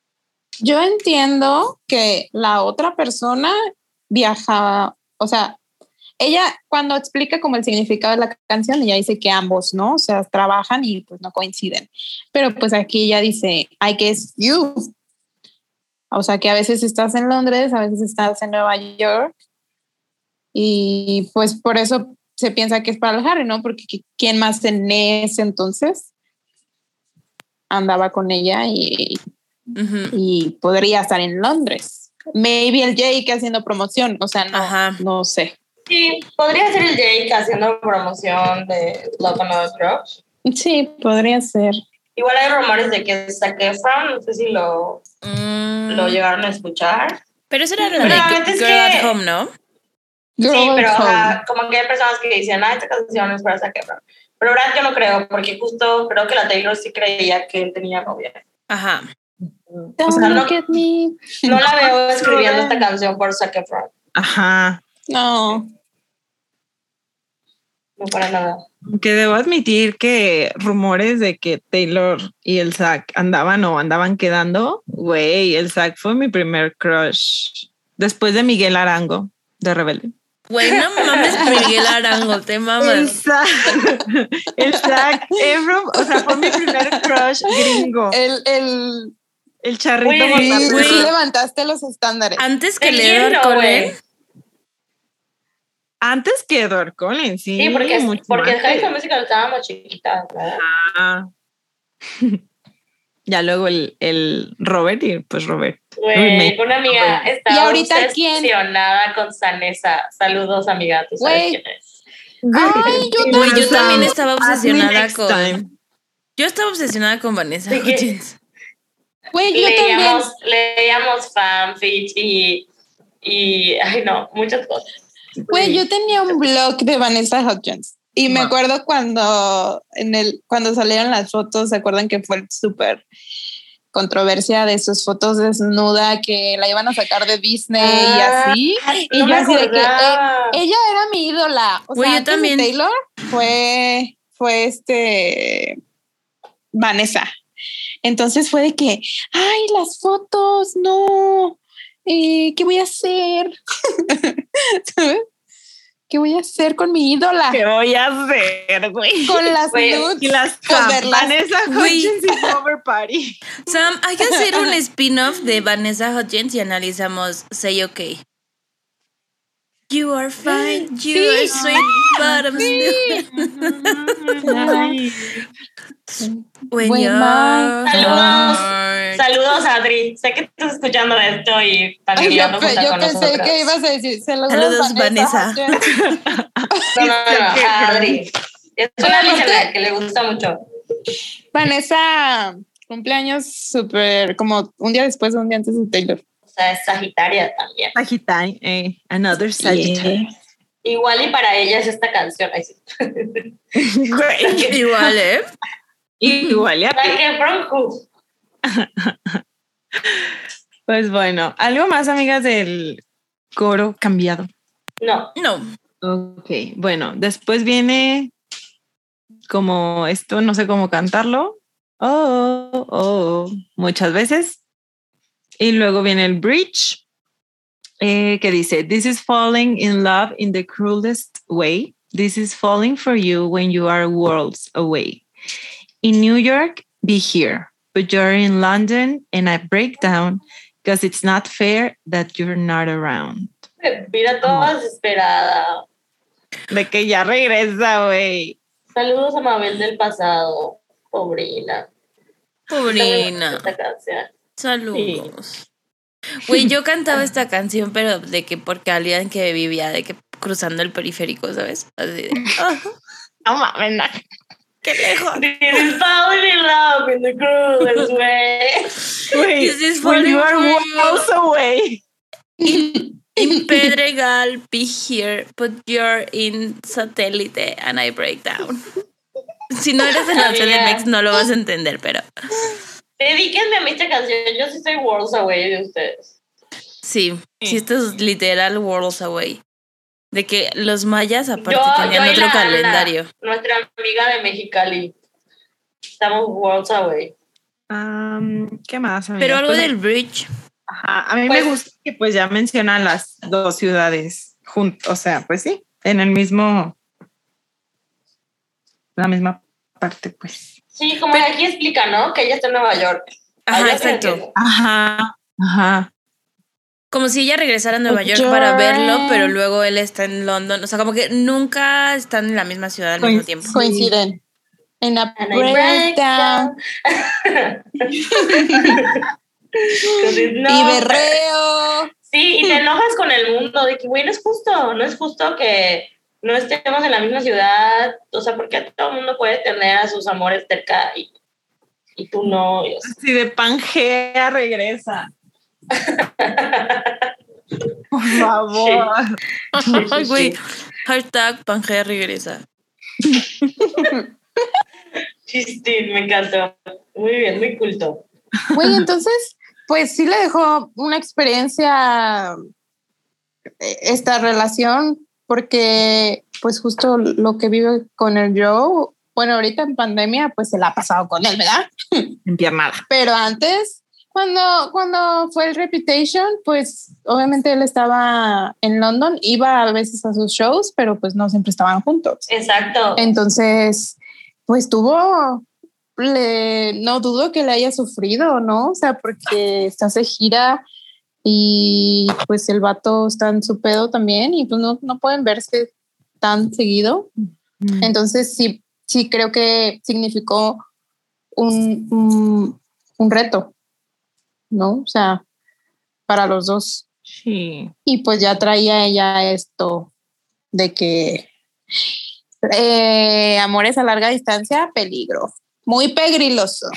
Speaker 3: yo entiendo que la otra persona viajaba, o sea, ella cuando explica como el significado de la canción, ella dice que ambos, ¿no? O sea, trabajan y pues no coinciden. Pero pues aquí ella dice, I guess you. O sea, que a veces estás en Londres, a veces estás en Nueva York. Y pues por eso se piensa que es para el Harry, ¿no? Porque qui- ¿quién más en ese entonces andaba con ella y
Speaker 2: Ujú.
Speaker 3: y podría estar en Londres. Maybe el Jake haciendo promoción, o sea, no,
Speaker 2: Ajá.
Speaker 3: no sé.
Speaker 4: Sí, podría ser el Jake haciendo promoción de Love and Other Drugs.
Speaker 3: Sí, podría ser.
Speaker 4: Igual hay rumores de que Zac Efron, no sé si lo,
Speaker 2: Mm,
Speaker 4: lo llegaron a escuchar.
Speaker 2: pero eso era la
Speaker 4: Pero
Speaker 2: de
Speaker 4: la
Speaker 2: Girl
Speaker 4: neta es que-
Speaker 2: at Home, ¿no?
Speaker 4: sí,
Speaker 3: Girl
Speaker 4: pero
Speaker 3: Home.
Speaker 4: ajá, como que hay personas que dicen, ah, esta canción es para Zac Efron. Pero verdad yo no creo, porque justo creo que la Taylor sí creía que él tenía novia.
Speaker 2: Ajá.
Speaker 3: Don't
Speaker 4: o sea, no-
Speaker 3: look at me.
Speaker 4: No la veo escribiendo esta canción por Zac Efron,
Speaker 5: Ajá.
Speaker 3: No.
Speaker 4: no para nada.
Speaker 5: Que debo admitir que rumores de que Taylor y el Zack andaban o andaban quedando, güey, el Zack fue mi primer crush. Después de Miguel Arango, de Rebelde.
Speaker 2: Güey, no mames, Miguel Arango, te
Speaker 5: El
Speaker 2: mamas.
Speaker 5: Zac, el Zac Efron, o sea, fue mi primer crush gringo.
Speaker 3: El, el,
Speaker 5: El charrito
Speaker 4: Güey,
Speaker 3: sí,
Speaker 5: bonito.
Speaker 2: güey.
Speaker 3: sí levantaste los estándares.
Speaker 4: Ah,
Speaker 2: Antes que
Speaker 4: ¿De quién
Speaker 2: Leonard
Speaker 4: no,
Speaker 2: Cohen.
Speaker 4: güey?
Speaker 5: Antes que Edward Collins, sí.
Speaker 4: Sí, porque,
Speaker 5: mucho
Speaker 4: porque el
Speaker 5: antes.
Speaker 4: High School Musical estaba más chiquita, ¿verdad?
Speaker 5: Ah. ya luego el, el Robert y pues Robert. Uy,
Speaker 4: Güey,
Speaker 5: me-
Speaker 4: una amiga
Speaker 5: güey.
Speaker 4: está
Speaker 3: ¿Y ahorita quién?
Speaker 4: obsesionada con Sanesa. Saludos, amiga, tú sabes
Speaker 3: Güey.
Speaker 4: quién es. ah,
Speaker 3: Ay, yo
Speaker 2: Güey, yo
Speaker 5: Lanzamos.
Speaker 2: también estaba
Speaker 5: Ask me
Speaker 2: obsesionada
Speaker 5: Ah, next time.
Speaker 2: con. Yo estaba obsesionada con Vanessa
Speaker 4: ¿De qué?
Speaker 2: Hudgens.
Speaker 3: Güey, yo también.
Speaker 4: Leíamos, leíamos fanfic y, y, ay no, muchas cosas.
Speaker 3: Güey, yo tenía un blog de Vanessa Hudgens. Y me
Speaker 5: Wow.
Speaker 3: acuerdo cuando, en el, cuando salieron las fotos, ¿se acuerdan que fue súper controversia de sus fotos desnuda que la iban a sacar de Disney
Speaker 4: Ah,
Speaker 3: y así? Y
Speaker 4: no
Speaker 3: yo
Speaker 4: me
Speaker 3: así de que, eh,
Speaker 4: acordaba.
Speaker 3: Ella era mi ídola. O
Speaker 2: Güey,
Speaker 3: sea,
Speaker 2: yo
Speaker 3: antes de
Speaker 2: también.
Speaker 3: Taylor fue, fue este Vanessa. Entonces fue de que, ay, las fotos, no, eh, ¿qué voy a hacer? ¿Sabes? ¿Qué voy a hacer con mi ídola?
Speaker 5: ¿Qué voy a hacer, güey?
Speaker 3: Con las
Speaker 4: Güey,
Speaker 5: Y
Speaker 3: nudes.
Speaker 5: las
Speaker 3: Pues
Speaker 5: Sam,
Speaker 3: verlas.
Speaker 5: Vanessa
Speaker 2: Güey.
Speaker 5: Hudgens y Robert Party.
Speaker 2: Sam, hay que hacer un spin-off de Vanessa Hudgens y analizamos Say OK. You are fine, you
Speaker 3: Sí.
Speaker 2: are sweet, but I'm still. When
Speaker 3: When
Speaker 2: you're
Speaker 3: my-
Speaker 4: Saludos.
Speaker 2: hurt.
Speaker 4: Saludos, Adri. Sé que estás escuchando esto y
Speaker 3: Ay,
Speaker 4: familiando
Speaker 3: yo pe-
Speaker 4: junto
Speaker 3: yo
Speaker 4: con
Speaker 3: pensé
Speaker 4: nosotras.
Speaker 3: que ibas a decir, saludos,
Speaker 2: Saludos,
Speaker 3: Vanessa.
Speaker 2: Vanessa.
Speaker 3: Hudgens".
Speaker 4: No, no, no,
Speaker 5: Sé que-
Speaker 4: a Adri. Es una
Speaker 3: Pero aparte-
Speaker 4: listener que le gusta mucho.
Speaker 3: Vanessa, cumpleaños súper, como un día después o un día antes de Taylor.
Speaker 4: O sea, es Sagitaria también.
Speaker 5: Sagittario, eh, another Sagittarius.
Speaker 4: Igual y para ella es esta canción. Ay, sí.
Speaker 5: Güey,
Speaker 2: Igual, ¿eh?
Speaker 5: Igual ya.
Speaker 4: Zac Efron, who?
Speaker 5: Pues bueno, algo más, amigas, del coro cambiado.
Speaker 4: No.
Speaker 2: No.
Speaker 5: Ok, bueno, después viene como esto, no sé cómo cantarlo. Oh, oh, oh, muchas veces. Y luego viene el bridge eh, que dice, This is falling in love in the cruelest way. This is falling for you when you are worlds away. In New York, be here, but you're in London and I break down because it's not fair that you're not around.
Speaker 4: Mira, toda desesperada.
Speaker 5: De que ya regresa, güey.
Speaker 4: Saludos a Mabel del pasado. Pobrina.
Speaker 2: Pobrina.
Speaker 4: Esta canción.
Speaker 2: Saludos. Güey, yo cantaba esta canción, pero de que porque alguien que vivía de que cruzando el periférico, ¿sabes? Así de,
Speaker 5: No mames, no.
Speaker 2: "Ah, Qué lejos.
Speaker 4: This is falling in love in the cruelest way.
Speaker 5: Wait,
Speaker 2: This is
Speaker 5: when
Speaker 2: falling
Speaker 5: you are
Speaker 2: real.
Speaker 5: miles away.
Speaker 2: In Pedregal, be here, but you're in satélite and I break down. Si no eres de la CDMX no lo vas a entender, pero
Speaker 4: Dedíquenme a mí esta canción. Yo sí soy worlds away de ustedes.
Speaker 2: sí, sí, esto es literal Worlds Away. De que los mayas aparte
Speaker 4: Yo-
Speaker 2: tenían
Speaker 4: yo y
Speaker 2: otro
Speaker 4: la-
Speaker 2: calendario.
Speaker 4: Nuestra amiga de Mexicali. Estamos worlds away.
Speaker 5: Um, ¿Qué más? amiga?
Speaker 2: Pero algo
Speaker 5: Pues,
Speaker 2: del bridge.
Speaker 5: ajá, a mí
Speaker 4: Pues-
Speaker 5: me gusta que pues ya mencionan las dos ciudades juntos, o sea, pues sí, en el mismo, la misma parte, pues.
Speaker 4: Sí, como de aquí explica, ¿no? Que ella está en Nueva York.
Speaker 2: Ajá,
Speaker 4: Allá se
Speaker 2: exacto.
Speaker 4: entiende.
Speaker 5: Ajá, ajá.
Speaker 2: Como si ella regresara a Nueva York
Speaker 3: Yo-
Speaker 2: para verlo, pero luego él está en London. O sea, como que nunca están en la misma ciudad al
Speaker 5: Coinc-
Speaker 2: mismo tiempo.
Speaker 3: Coinciden. En la
Speaker 4: And I break
Speaker 3: Ah, breakdown.
Speaker 4: down. 'Cause it's
Speaker 3: Y
Speaker 4: not-
Speaker 3: berreo.
Speaker 4: Sí, y te enojas con el mundo de que, güey, no es justo, no es justo que no estemos en la misma ciudad, o sea, porque todo el mundo puede tener a sus amores cerca y, y tú no. y-
Speaker 5: Si de Pangea regresa. Por favor.
Speaker 2: Ay, güey. Hashtag Pangea regresa.
Speaker 4: Chistín, me encantó. Muy bien, muy culto.
Speaker 3: Güey, entonces, pues sí le dejó una experiencia eh, esta relación, porque pues justo lo que vive con el Joe, bueno, ahorita en pandemia, pues se la ha pasado con él, ¿verdad?
Speaker 5: Empiernada.
Speaker 3: Pero antes, cuando, cuando fue el Reputation, pues obviamente él estaba en London, iba a veces a sus shows, pero pues no siempre estaban juntos.
Speaker 4: Exacto.
Speaker 3: Entonces, pues tuvo, le- no dudo que le haya sufrido, ¿no? O sea, porque estás de gira y pues el vato está en su pedo también y pues no, no pueden verse tan seguido.
Speaker 5: Mm,
Speaker 3: Entonces, sí, sí creo que significó un, un, un reto, ¿no? O sea, para los dos.
Speaker 5: Sí.
Speaker 3: Y pues ya traía ella esto de que eh, amores a larga distancia, peligro. Muy pegriloso.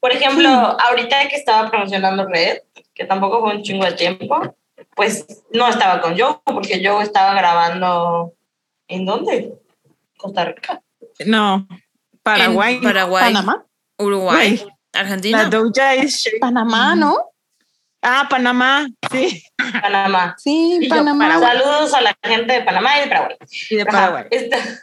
Speaker 4: Por ejemplo, ahorita que estaba promocionando Red, que tampoco fue un chingo de tiempo, pues no estaba con Joe, porque yo estaba grabando. ¿En dónde? Costa Rica.
Speaker 5: No, Paraguay.
Speaker 2: En Paraguay.
Speaker 3: Panamá.
Speaker 2: Uruguay.
Speaker 5: Güey,
Speaker 2: Argentina.
Speaker 5: la Doja es
Speaker 3: Panamá, ¿no?
Speaker 5: Ah, Panamá, sí.
Speaker 4: Panamá.
Speaker 3: Sí,
Speaker 5: Y yo,
Speaker 3: Panamá.
Speaker 5: Paraguay.
Speaker 4: Saludos a la gente de Panamá y de Paraguay.
Speaker 5: Y de
Speaker 4: Ajá,
Speaker 5: Paraguay.
Speaker 4: esta-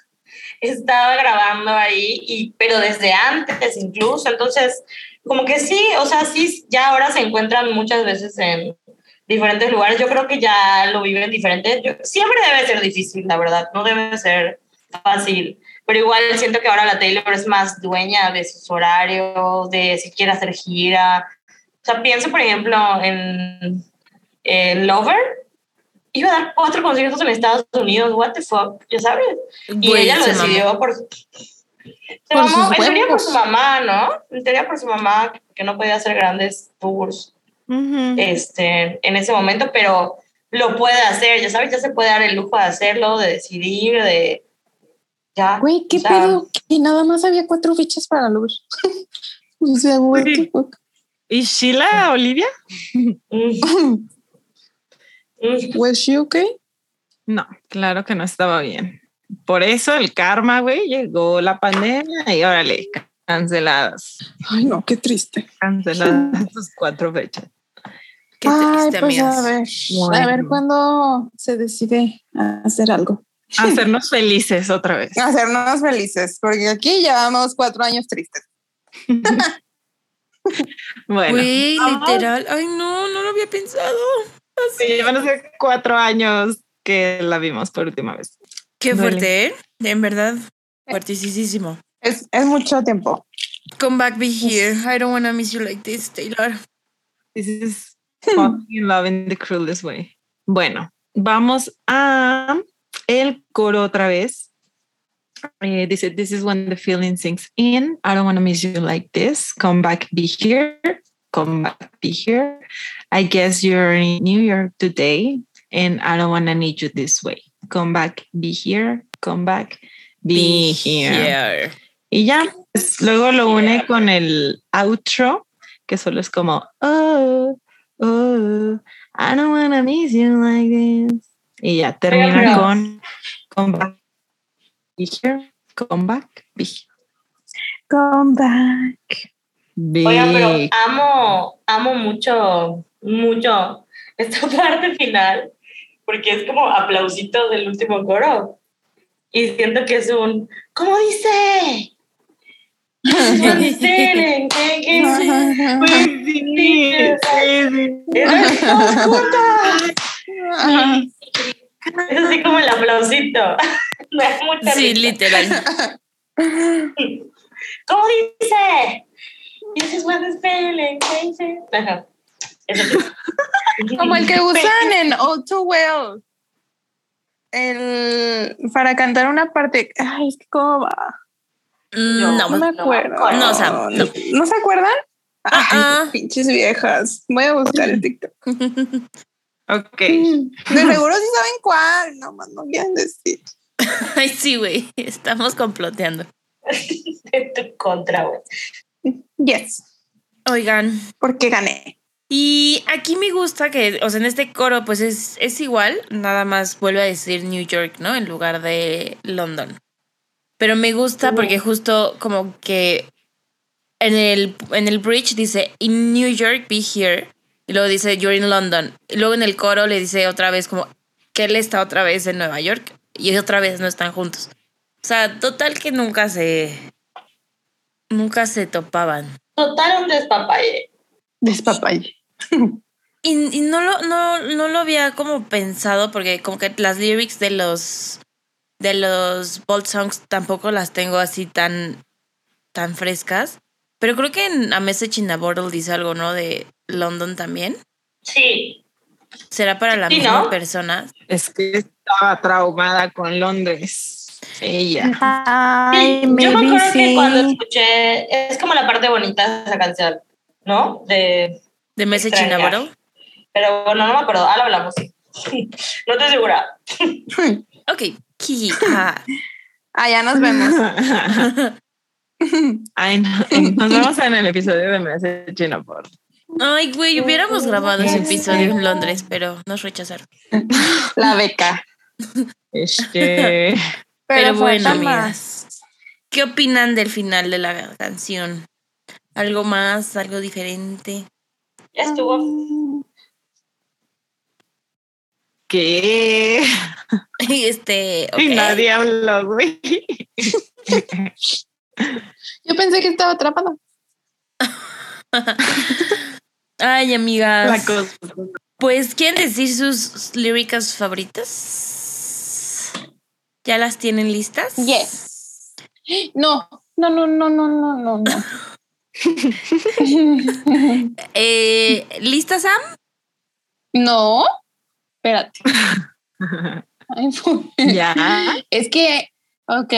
Speaker 4: estaba grabando ahí, y, pero desde antes incluso. Entonces, como que sí, o sea, sí, ya ahora se encuentran muchas veces en diferentes lugares. Yo creo que ya lo viven diferente. Yo- siempre debe ser difícil, la verdad. No debe ser fácil. Pero igual siento que ahora la Taylor es más dueña de sus horarios, de si quiere hacer gira. O sea, pienso, por ejemplo, en, en Lover. Iba a dar cuatro conciertos en Estados Unidos. What the fuck, ya sabes. Y
Speaker 2: Güey,
Speaker 4: ella lo
Speaker 2: se mamó.
Speaker 4: decidió por, su- se
Speaker 3: Por
Speaker 4: mamó,
Speaker 3: sus
Speaker 4: en teoría por
Speaker 3: huevos.
Speaker 4: su mamá, ¿no? En teoría por su mamá, que no podía hacer grandes tours
Speaker 2: Mm.
Speaker 5: Ujú.
Speaker 4: este, en ese momento, pero lo puede hacer, ya sabes, ya se puede dar el lujo de hacerlo, de decidir, de... Ya,
Speaker 3: Güey, qué
Speaker 4: o sea,
Speaker 3: pedo. Que nada más había cuatro fichas para luz. o sea, güey,
Speaker 5: Sí.
Speaker 3: qué poco.
Speaker 5: ¿Y Sheila Olivia?
Speaker 4: mm, mm,
Speaker 3: ¿Was she okay?
Speaker 5: No, claro que no estaba bien. Por eso el karma, güey, llegó la pandemia y órale, canceladas.
Speaker 3: Ay, no, qué triste.
Speaker 5: Canceladas sus cuatro fechas.
Speaker 2: Qué
Speaker 3: Ay,
Speaker 2: triste,
Speaker 3: pues
Speaker 2: amigas.
Speaker 3: a ver. A
Speaker 5: Bueno.
Speaker 3: ver cuándo se decide a hacer algo.
Speaker 5: Hacernos felices otra vez.
Speaker 3: Hacernos felices, porque aquí llevamos cuatro años tristes.
Speaker 5: Bueno,
Speaker 2: Güey,
Speaker 5: vamos.
Speaker 2: literal. Ay, no, no lo había pensado.
Speaker 5: sí, llevan así cuatro años que la vimos por última vez.
Speaker 2: Qué
Speaker 5: Duele.
Speaker 2: fuerte, ¿eh? En verdad, fuertisísimo.
Speaker 3: Es, es mucho tiempo.
Speaker 2: Come back,
Speaker 5: Pues
Speaker 2: be here. I don't wanna miss you like this, Taylor.
Speaker 5: This is falling in love in the cruelest way. Bueno, vamos a el coro otra vez. Eh, dice, this is when the feeling sinks in. I don't want to miss you like this. Come back, be here. Come back, be here. I guess you're in New York today and I don't want to need you this way. Come back, be here. Come back, Be Here. Y ya, pues, luego lo une con el outro, que solo es como, oh, oh, I don't wanna miss you like this. Y ya termina
Speaker 4: Pero-
Speaker 5: con, come back, be here, come back, be here.
Speaker 3: Come back.
Speaker 5: Be
Speaker 4: Oigan, pero amo, amo mucho, mucho esta parte final, porque es como aplausitos del último coro. Y siento que es un, ¿cómo dice? ¿Cómo dice? ¿Qué, Pues, qué?
Speaker 3: Pues,
Speaker 5: Sí, sí, sí.
Speaker 4: Es todos juntos. Es así como el aplausito. Me da mucha
Speaker 2: Sí,
Speaker 4: risa.
Speaker 2: literal.
Speaker 4: ¿Cómo dice? This is what the spelling, thank you. Ajá. Eso sí.
Speaker 3: Como el que usan en All Too Well. El, para cantar una parte. Ay, es que cómo va.
Speaker 2: Mm,
Speaker 3: No
Speaker 2: No,
Speaker 3: me acuerdo.
Speaker 2: No, o sea, no.
Speaker 3: ¿No se acuerdan? Ay,
Speaker 2: Ah, ah.
Speaker 3: pinches viejas. Voy a buscar el TikTok.
Speaker 5: Ok.
Speaker 3: De seguro sí saben cuál. No más no quieren decir.
Speaker 2: Ay, sí, güey. Estamos comploteando.
Speaker 4: En tu contra, güey.
Speaker 3: Yes.
Speaker 2: Oigan,
Speaker 3: Porque gané.
Speaker 2: y aquí me gusta que, o sea, en este coro, pues es, es igual, nada más vuelve a decir New York, ¿no? En lugar de London. Pero me gusta porque justo como que en el, en el bridge dice, in New York, be here. Y luego dice, you're in London. Y luego en el coro le dice otra vez como que él está otra vez en Nueva York y otra vez no están juntos. O sea, total que nunca se... Nunca se topaban.
Speaker 4: Total un despapalle.
Speaker 3: Despapalle.
Speaker 2: Y, y no, lo, no, no lo había como pensado porque como que las lyrics de los de los Bold Songs tampoco las tengo así tan, tan frescas. Pero creo que en A Message in a Bottle dice algo, ¿no? De London también.
Speaker 4: Sí.
Speaker 2: ¿Será para la
Speaker 4: Sí,
Speaker 2: misma
Speaker 4: ¿no?
Speaker 2: persona?
Speaker 5: Es que estaba traumada con Londres. Ella.
Speaker 3: Ay,
Speaker 4: Yo me
Speaker 3: maybe
Speaker 4: acuerdo que
Speaker 3: sí.
Speaker 4: cuando escuché, es como la parte bonita de esa canción, ¿no? De,
Speaker 2: ¿De Message in a
Speaker 4: Extrañar.
Speaker 2: Bottle?
Speaker 4: pero bueno, no me acuerdo, ahora hablamos. No estoy segura.
Speaker 2: Ok. Ki- ah.
Speaker 3: Allá nos vemos.
Speaker 5: Ay, no. Nos vemos en el episodio de Message in a Bottle.
Speaker 2: Ay, güey, hubiéramos grabado ese episodio en Londres, pero nos rechazaron.
Speaker 3: La beca.
Speaker 5: Este,
Speaker 2: Pero
Speaker 3: Pero,
Speaker 2: bueno,
Speaker 3: bueno,
Speaker 2: amigas. ¿Qué opinan del final de la canción? ¿Algo más? ¿Algo diferente?
Speaker 4: Ya estuvo.
Speaker 5: ¿Qué?
Speaker 2: Este, ok.
Speaker 5: Y nadie habló, güey.
Speaker 3: Yo pensé que estaba atrapada.
Speaker 2: Ay,
Speaker 5: La
Speaker 2: amigas.
Speaker 5: cosa.
Speaker 2: Pues, ¿quieren decir sus líricas favoritas? ¿Ya las tienen listas?
Speaker 3: Yes. No, no, no, no, no, no, no, no.
Speaker 2: Eh, ¿Lista, Sam?
Speaker 3: no. Espérate. Ay, fu-
Speaker 5: Ya.
Speaker 3: Es que, ok.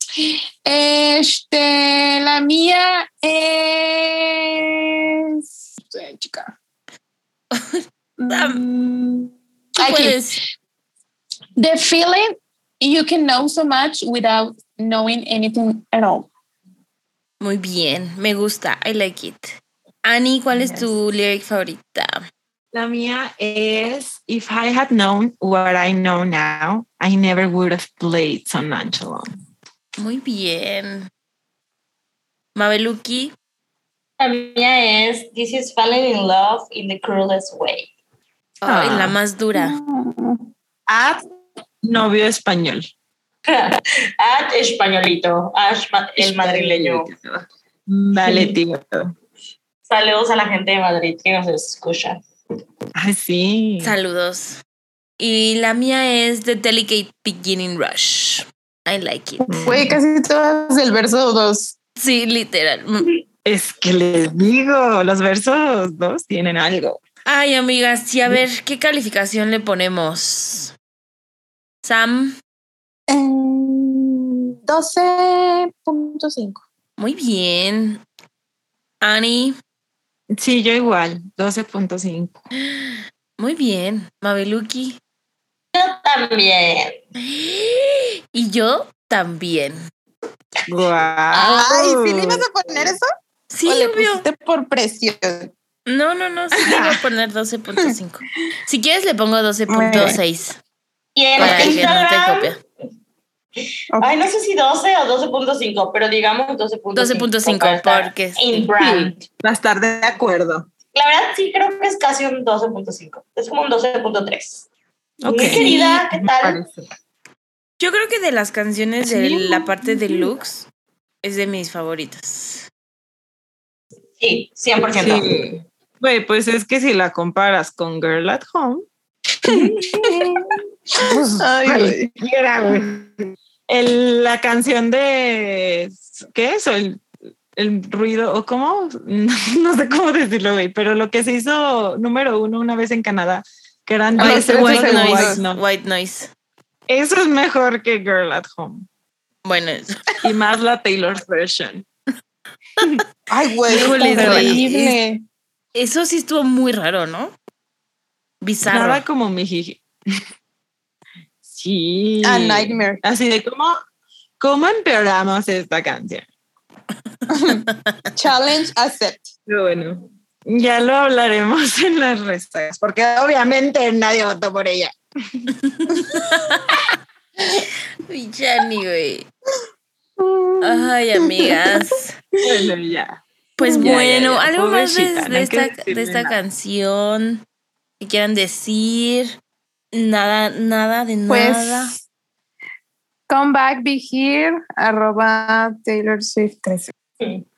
Speaker 3: Este, la mía es. eh, Chica. Mm,
Speaker 2: Tú
Speaker 3: Aquí.
Speaker 2: puedes.
Speaker 3: The feeling you can know so much without knowing anything at all.
Speaker 2: Muy bien, me gusta. I like it. Annie, ¿cuál es
Speaker 5: Yes.
Speaker 2: tu lyric favorita?
Speaker 5: La mía es If I had known what I know now, I never would have played so nonchalant.
Speaker 2: Muy bien. Mabeluki.
Speaker 4: La mía es This is falling in love in the cruelest way.
Speaker 2: Ay,
Speaker 5: Ah.
Speaker 2: la más dura.
Speaker 5: Ad novio español.
Speaker 4: Ad españolito, Ash ma- el madrileño.
Speaker 5: Vale, tío.
Speaker 4: Saludos a la gente de Madrid que nos escucha.
Speaker 5: Ay, sí.
Speaker 2: Saludos. Y la mía es The Delicate Beginning Rush. I like it.
Speaker 3: Fue casi todas del verso 2.
Speaker 2: Sí, literal. Mm.
Speaker 5: Es que les digo, los versos dos tienen algo.
Speaker 2: Ay, amigas, sí, a ver, ¿qué calificación le ponemos? Sam,
Speaker 3: 12.5.
Speaker 2: muy bien. Annie,
Speaker 5: Sí, yo igual, 12.5.
Speaker 2: muy bien. Mabeluki.
Speaker 4: Yo también.
Speaker 2: Y yo también.
Speaker 5: Guau.
Speaker 3: Ay, ¿sí le ibas a poner eso?
Speaker 2: Sí,
Speaker 3: ¿O le
Speaker 2: obvio.
Speaker 3: pusiste por precio?
Speaker 2: No, no, no, sí le voy a poner 12.5. Si quieres le pongo 12.6
Speaker 4: Y en
Speaker 2: para que no te
Speaker 4: Instagram,
Speaker 2: copie.
Speaker 4: ay, no sé si 12 o 12.5, pero digamos 12.5.
Speaker 2: 12.5
Speaker 4: para estar
Speaker 2: porque es-
Speaker 4: In brand.
Speaker 5: Va a estar de acuerdo.
Speaker 4: La verdad sí creo que es casi un 12.5. Es como un 12.3.
Speaker 5: Ok.
Speaker 4: Mi querida, ¿qué
Speaker 5: Me
Speaker 4: tal?
Speaker 5: parece.
Speaker 2: Yo creo que de las canciones de
Speaker 5: Sí.
Speaker 2: la parte de Lux es de mis favoritas.
Speaker 4: Sí, 100%.
Speaker 5: Sí. Güey, pues es que si la comparas con Girl at Home.
Speaker 3: Ay, güey.
Speaker 5: Pues, Mira, güey. El- la canción de. ¿Qué es? El, el ruido, o cómo? No, no sé cómo decirlo, güey, pero lo que se hizo número uno una vez en Canadá, que eran
Speaker 3: Ah,
Speaker 5: diez
Speaker 3: ese
Speaker 5: segundos
Speaker 2: white,
Speaker 5: de
Speaker 2: noise,
Speaker 5: White Noise.
Speaker 2: white noise.
Speaker 5: Eso es mejor que Girl at Home.
Speaker 2: Bueno, es-
Speaker 5: Y más la Taylor's version.
Speaker 3: Ay, güey, es
Speaker 2: Híjole, güey.
Speaker 3: horrible.
Speaker 2: eso sí estuvo muy raro, ¿no? Bizarro.
Speaker 5: Nada como mi jiji. Sí.
Speaker 3: A nightmare.
Speaker 5: Así de cómo, cómo empeoramos esta canción.
Speaker 3: Challenge accept.
Speaker 5: Pero bueno, ya lo hablaremos en las restas, porque obviamente nadie votó por ella.
Speaker 2: Uy, Yanni,
Speaker 5: eh.
Speaker 2: güey. Ay, amigas.
Speaker 5: Bueno, ya.
Speaker 2: Pues
Speaker 5: Ya, ya,
Speaker 2: bueno,
Speaker 5: ya,
Speaker 2: algo más de,
Speaker 5: pobrecita, no
Speaker 2: de
Speaker 5: hay que
Speaker 2: esta, de
Speaker 5: decirle
Speaker 2: esta
Speaker 5: nada.
Speaker 2: canción que quieran decir. Nada, nada de nada.
Speaker 3: Pues come back, be here, arroba Taylor Swift 13.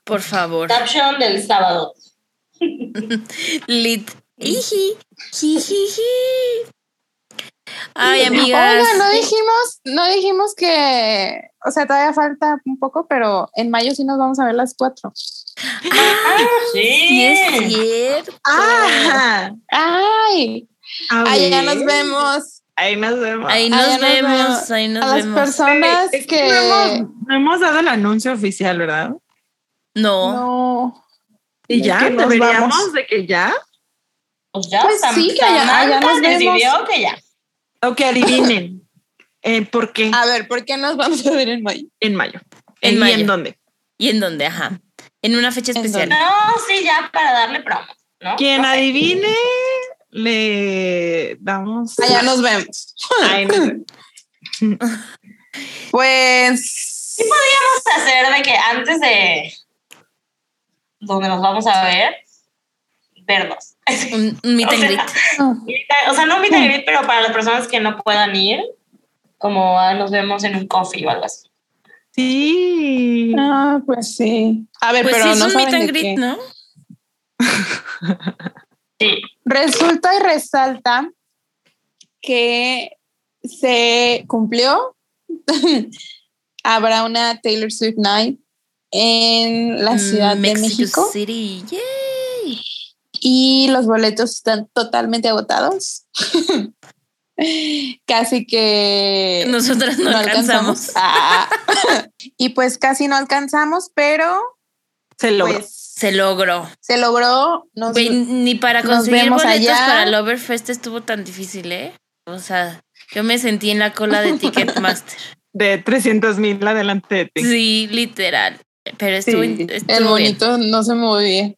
Speaker 2: Por favor.
Speaker 4: Caption del sábado.
Speaker 2: Lit. Iji. Jijiji. Ay, amigas.
Speaker 3: Oiga, no dijimos, no dijimos que, o sea, todavía falta un poco, pero en mayo sí nos vamos a ver las cuatro.
Speaker 2: Sí,
Speaker 4: Sí.
Speaker 2: es cierto.
Speaker 5: Ajá.
Speaker 3: ¡Ay!
Speaker 5: A
Speaker 3: Allá
Speaker 5: ver.
Speaker 3: Ah. nos vemos.
Speaker 5: Ahí nos vemos.
Speaker 2: Ahí
Speaker 3: Ah,
Speaker 2: nos,
Speaker 3: ya nos
Speaker 2: vemos,
Speaker 3: vemos.
Speaker 2: ahí nos
Speaker 3: a las
Speaker 2: vemos.
Speaker 3: personas
Speaker 5: Es
Speaker 3: que.
Speaker 5: no hemos, no hemos dado el anuncio oficial, ¿verdad?
Speaker 2: No.
Speaker 3: No.
Speaker 5: Y
Speaker 3: Es
Speaker 5: ya,
Speaker 3: que nos
Speaker 5: deberíamos
Speaker 3: vamos.
Speaker 5: de que ya.
Speaker 4: Pues ya,
Speaker 3: Pues
Speaker 4: Sam-
Speaker 3: sí, que allá-
Speaker 4: Samantha
Speaker 3: allá nos
Speaker 4: decidió que ya.
Speaker 5: O que adivinen. eh, ¿Por qué?
Speaker 3: A ver, ¿por qué nos vamos a ver en mayo?
Speaker 5: En mayo.
Speaker 2: En
Speaker 5: ¿Y
Speaker 2: mayo.
Speaker 5: en dónde?
Speaker 2: ¿Y en dónde? Ajá. En una fecha
Speaker 3: ¿En
Speaker 2: especial.
Speaker 3: dónde?
Speaker 4: No, sí, ya para darle promo, ¿no?
Speaker 5: Quien adivine, le damos.
Speaker 3: Allá nos vemos.
Speaker 5: Ahí nos vemos.
Speaker 3: Pues.
Speaker 4: Vamos a hacer de que antes de donde nos vamos a ver, vernos.
Speaker 2: Un, un meet
Speaker 4: O
Speaker 2: and
Speaker 4: sea,
Speaker 2: greet.
Speaker 4: O sea, no meet
Speaker 3: Mm.
Speaker 4: and greet, pero para las personas que no puedan ir, como ah, nos vemos en un coffee o algo así.
Speaker 5: Sí.
Speaker 3: Ah, pues sí. A ver,
Speaker 2: Pues sí,
Speaker 3: pero
Speaker 2: es
Speaker 3: no
Speaker 2: un
Speaker 3: saben
Speaker 2: meet and
Speaker 3: de
Speaker 2: greet,
Speaker 3: qué.
Speaker 2: ¿no?
Speaker 4: Sí.
Speaker 3: Resulta y resalta que se cumplió. Habrá una Taylor Swift Night en la Ciudad
Speaker 2: Mm, Mexico
Speaker 3: de México
Speaker 2: City. Yay.
Speaker 3: y los boletos están totalmente agotados. Casi que
Speaker 2: Nosotras no, alcanzamos.
Speaker 3: Ah. y pues casi no alcanzamos, pero
Speaker 5: Se logró.
Speaker 3: pues
Speaker 2: Se logró.
Speaker 3: se logró. Nos-
Speaker 2: Güey, ni para
Speaker 3: nos
Speaker 2: conseguir
Speaker 3: vemos
Speaker 2: boletos
Speaker 3: allá.
Speaker 2: para Loverfest estuvo tan difícil, ¿eh? O sea, yo me sentí en la cola de Ticketmaster.
Speaker 5: De 300 mil adelante de ti.
Speaker 2: sí, literal. Pero estuvo,
Speaker 5: Sí,
Speaker 3: el
Speaker 2: estuvo bien.
Speaker 3: bonito no se movía.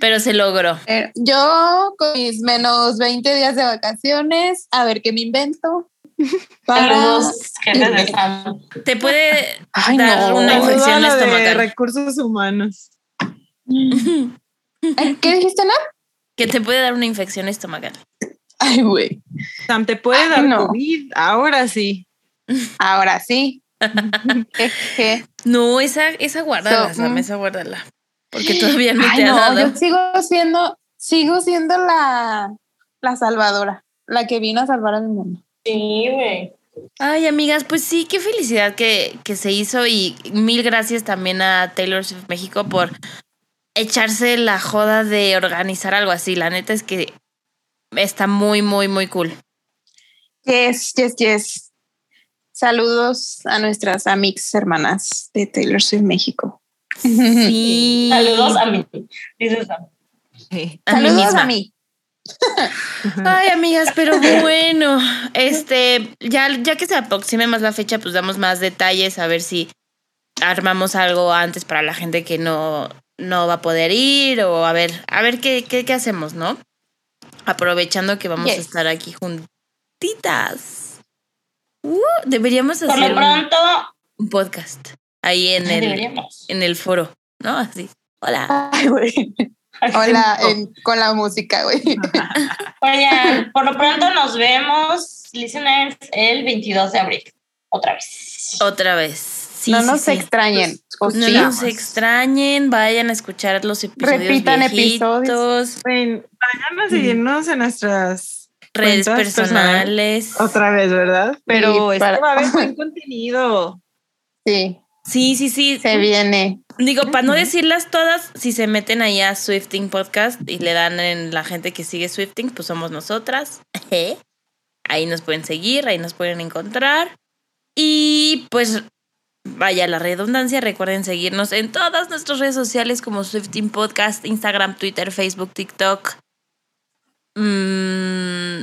Speaker 2: Pero se logró.
Speaker 3: Pero Yo con mis menos 20 días de vacaciones, a ver qué me invento. Para-
Speaker 4: Saludos, gente de Sam.
Speaker 2: Te puede
Speaker 3: Ay,
Speaker 2: dar
Speaker 3: no.
Speaker 2: una
Speaker 5: Saludo a
Speaker 2: infección
Speaker 5: la de
Speaker 2: estomacal.
Speaker 5: recursos humanos.
Speaker 3: Ay, ¿Qué dijiste, Nat?
Speaker 2: Que te puede dar una infección estomacal.
Speaker 3: Ay, güey.
Speaker 5: Sam, te puede
Speaker 3: Ay,
Speaker 5: dar
Speaker 3: no.
Speaker 5: COVID. Ahora sí.
Speaker 3: Ahora sí. Jeje.
Speaker 2: No, esa, esa guárdala,
Speaker 3: So,
Speaker 2: Sam,
Speaker 3: mm.
Speaker 2: esa guárdala. Porque todavía no
Speaker 3: Ay,
Speaker 2: te ha
Speaker 3: no,
Speaker 2: dado.
Speaker 3: yo sigo siendo, sigo siendo la, la salvadora, la que vino a salvar al mundo.
Speaker 4: Sí, güey.
Speaker 2: Ay, amigas, pues sí, qué felicidad que, que se hizo y mil gracias también a Taylor Swift México por echarse la joda de organizar algo así. La neta es que está muy, muy, muy cool.
Speaker 3: Yes, yes, yes. Saludos a nuestras amigas hermanas de Taylor Swift México.
Speaker 2: Sí.
Speaker 4: Saludos a mí. Dice Sam.
Speaker 2: a mí
Speaker 3: Saludos
Speaker 2: misma.
Speaker 3: a mí.
Speaker 2: Ay, amigas, pero bueno, Este, ya, ya que se aproxime más la fecha, pues damos más detalles a ver si armamos algo antes para la gente que no, no va a poder ir o a ver, a ver qué, qué, qué hacemos, ¿no? Aprovechando que vamos a
Speaker 3: Yes.
Speaker 2: estar aquí juntitas. Uh, deberíamos
Speaker 4: Por
Speaker 2: hacer
Speaker 4: lo
Speaker 2: un,
Speaker 4: pronto,
Speaker 2: un podcast ahí en el,
Speaker 4: deberíamos.
Speaker 2: en el foro, ¿no? Así. Hola.
Speaker 3: Ay, güey. Hola, en- con la música, güey.
Speaker 4: Oigan, por lo pronto nos vemos, listeners, el 22 de abril. Otra vez.
Speaker 3: Oh.
Speaker 2: Otra vez. Sí,
Speaker 3: no
Speaker 2: sí,
Speaker 3: nos
Speaker 2: sí.
Speaker 3: extrañen. o
Speaker 2: No
Speaker 3: sí.
Speaker 2: nos extrañen, vayan a escuchar los episodios.
Speaker 3: Repitan
Speaker 2: viejitos,
Speaker 5: Ven, Vayan a seguirnos en nuestras
Speaker 2: Redes
Speaker 5: Cuentas
Speaker 2: personales.
Speaker 5: otra vez, ¿verdad? Pero
Speaker 3: Sí,
Speaker 5: es
Speaker 3: para-
Speaker 5: que va a haber buen contenido.
Speaker 3: Sí,
Speaker 2: Sí, sí, sí.
Speaker 3: se viene.
Speaker 2: Digo, para no decirlas todas, si se meten allá a Swifting Podcast y le dan en la gente que sigue Swifting, pues somos nosotras. Eje. Ahí nos pueden seguir, ahí nos pueden encontrar. Y pues, vaya la redundancia, recuerden seguirnos en todas nuestras redes sociales como Swifting Podcast, Instagram, Twitter, Facebook, TikTok, mm,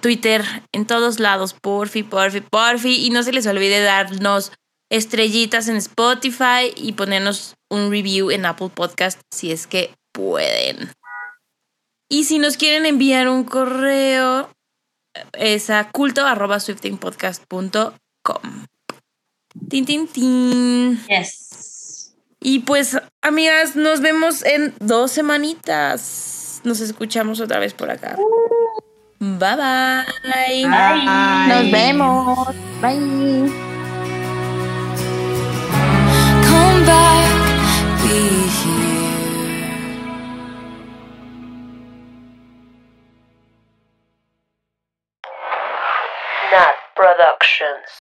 Speaker 2: Twitter, en todos lados, porfi, porfi, porfi. Y no se les olvide darnos estrellitas en Spotify y ponernos un review en Apple Podcast si es que pueden. Y si nos quieren enviar un correo, es a culto arroba swiftingpodcast.com. Tin, tin, tin.
Speaker 4: Yes.
Speaker 2: Y pues, amigas, nos vemos en dos semanitas. Nos escuchamos otra vez por acá. Bye bye.
Speaker 4: Bye.
Speaker 3: Nos
Speaker 5: Ay.
Speaker 3: vemos. Bye.
Speaker 1: Come back, be here.
Speaker 6: Nat Productions.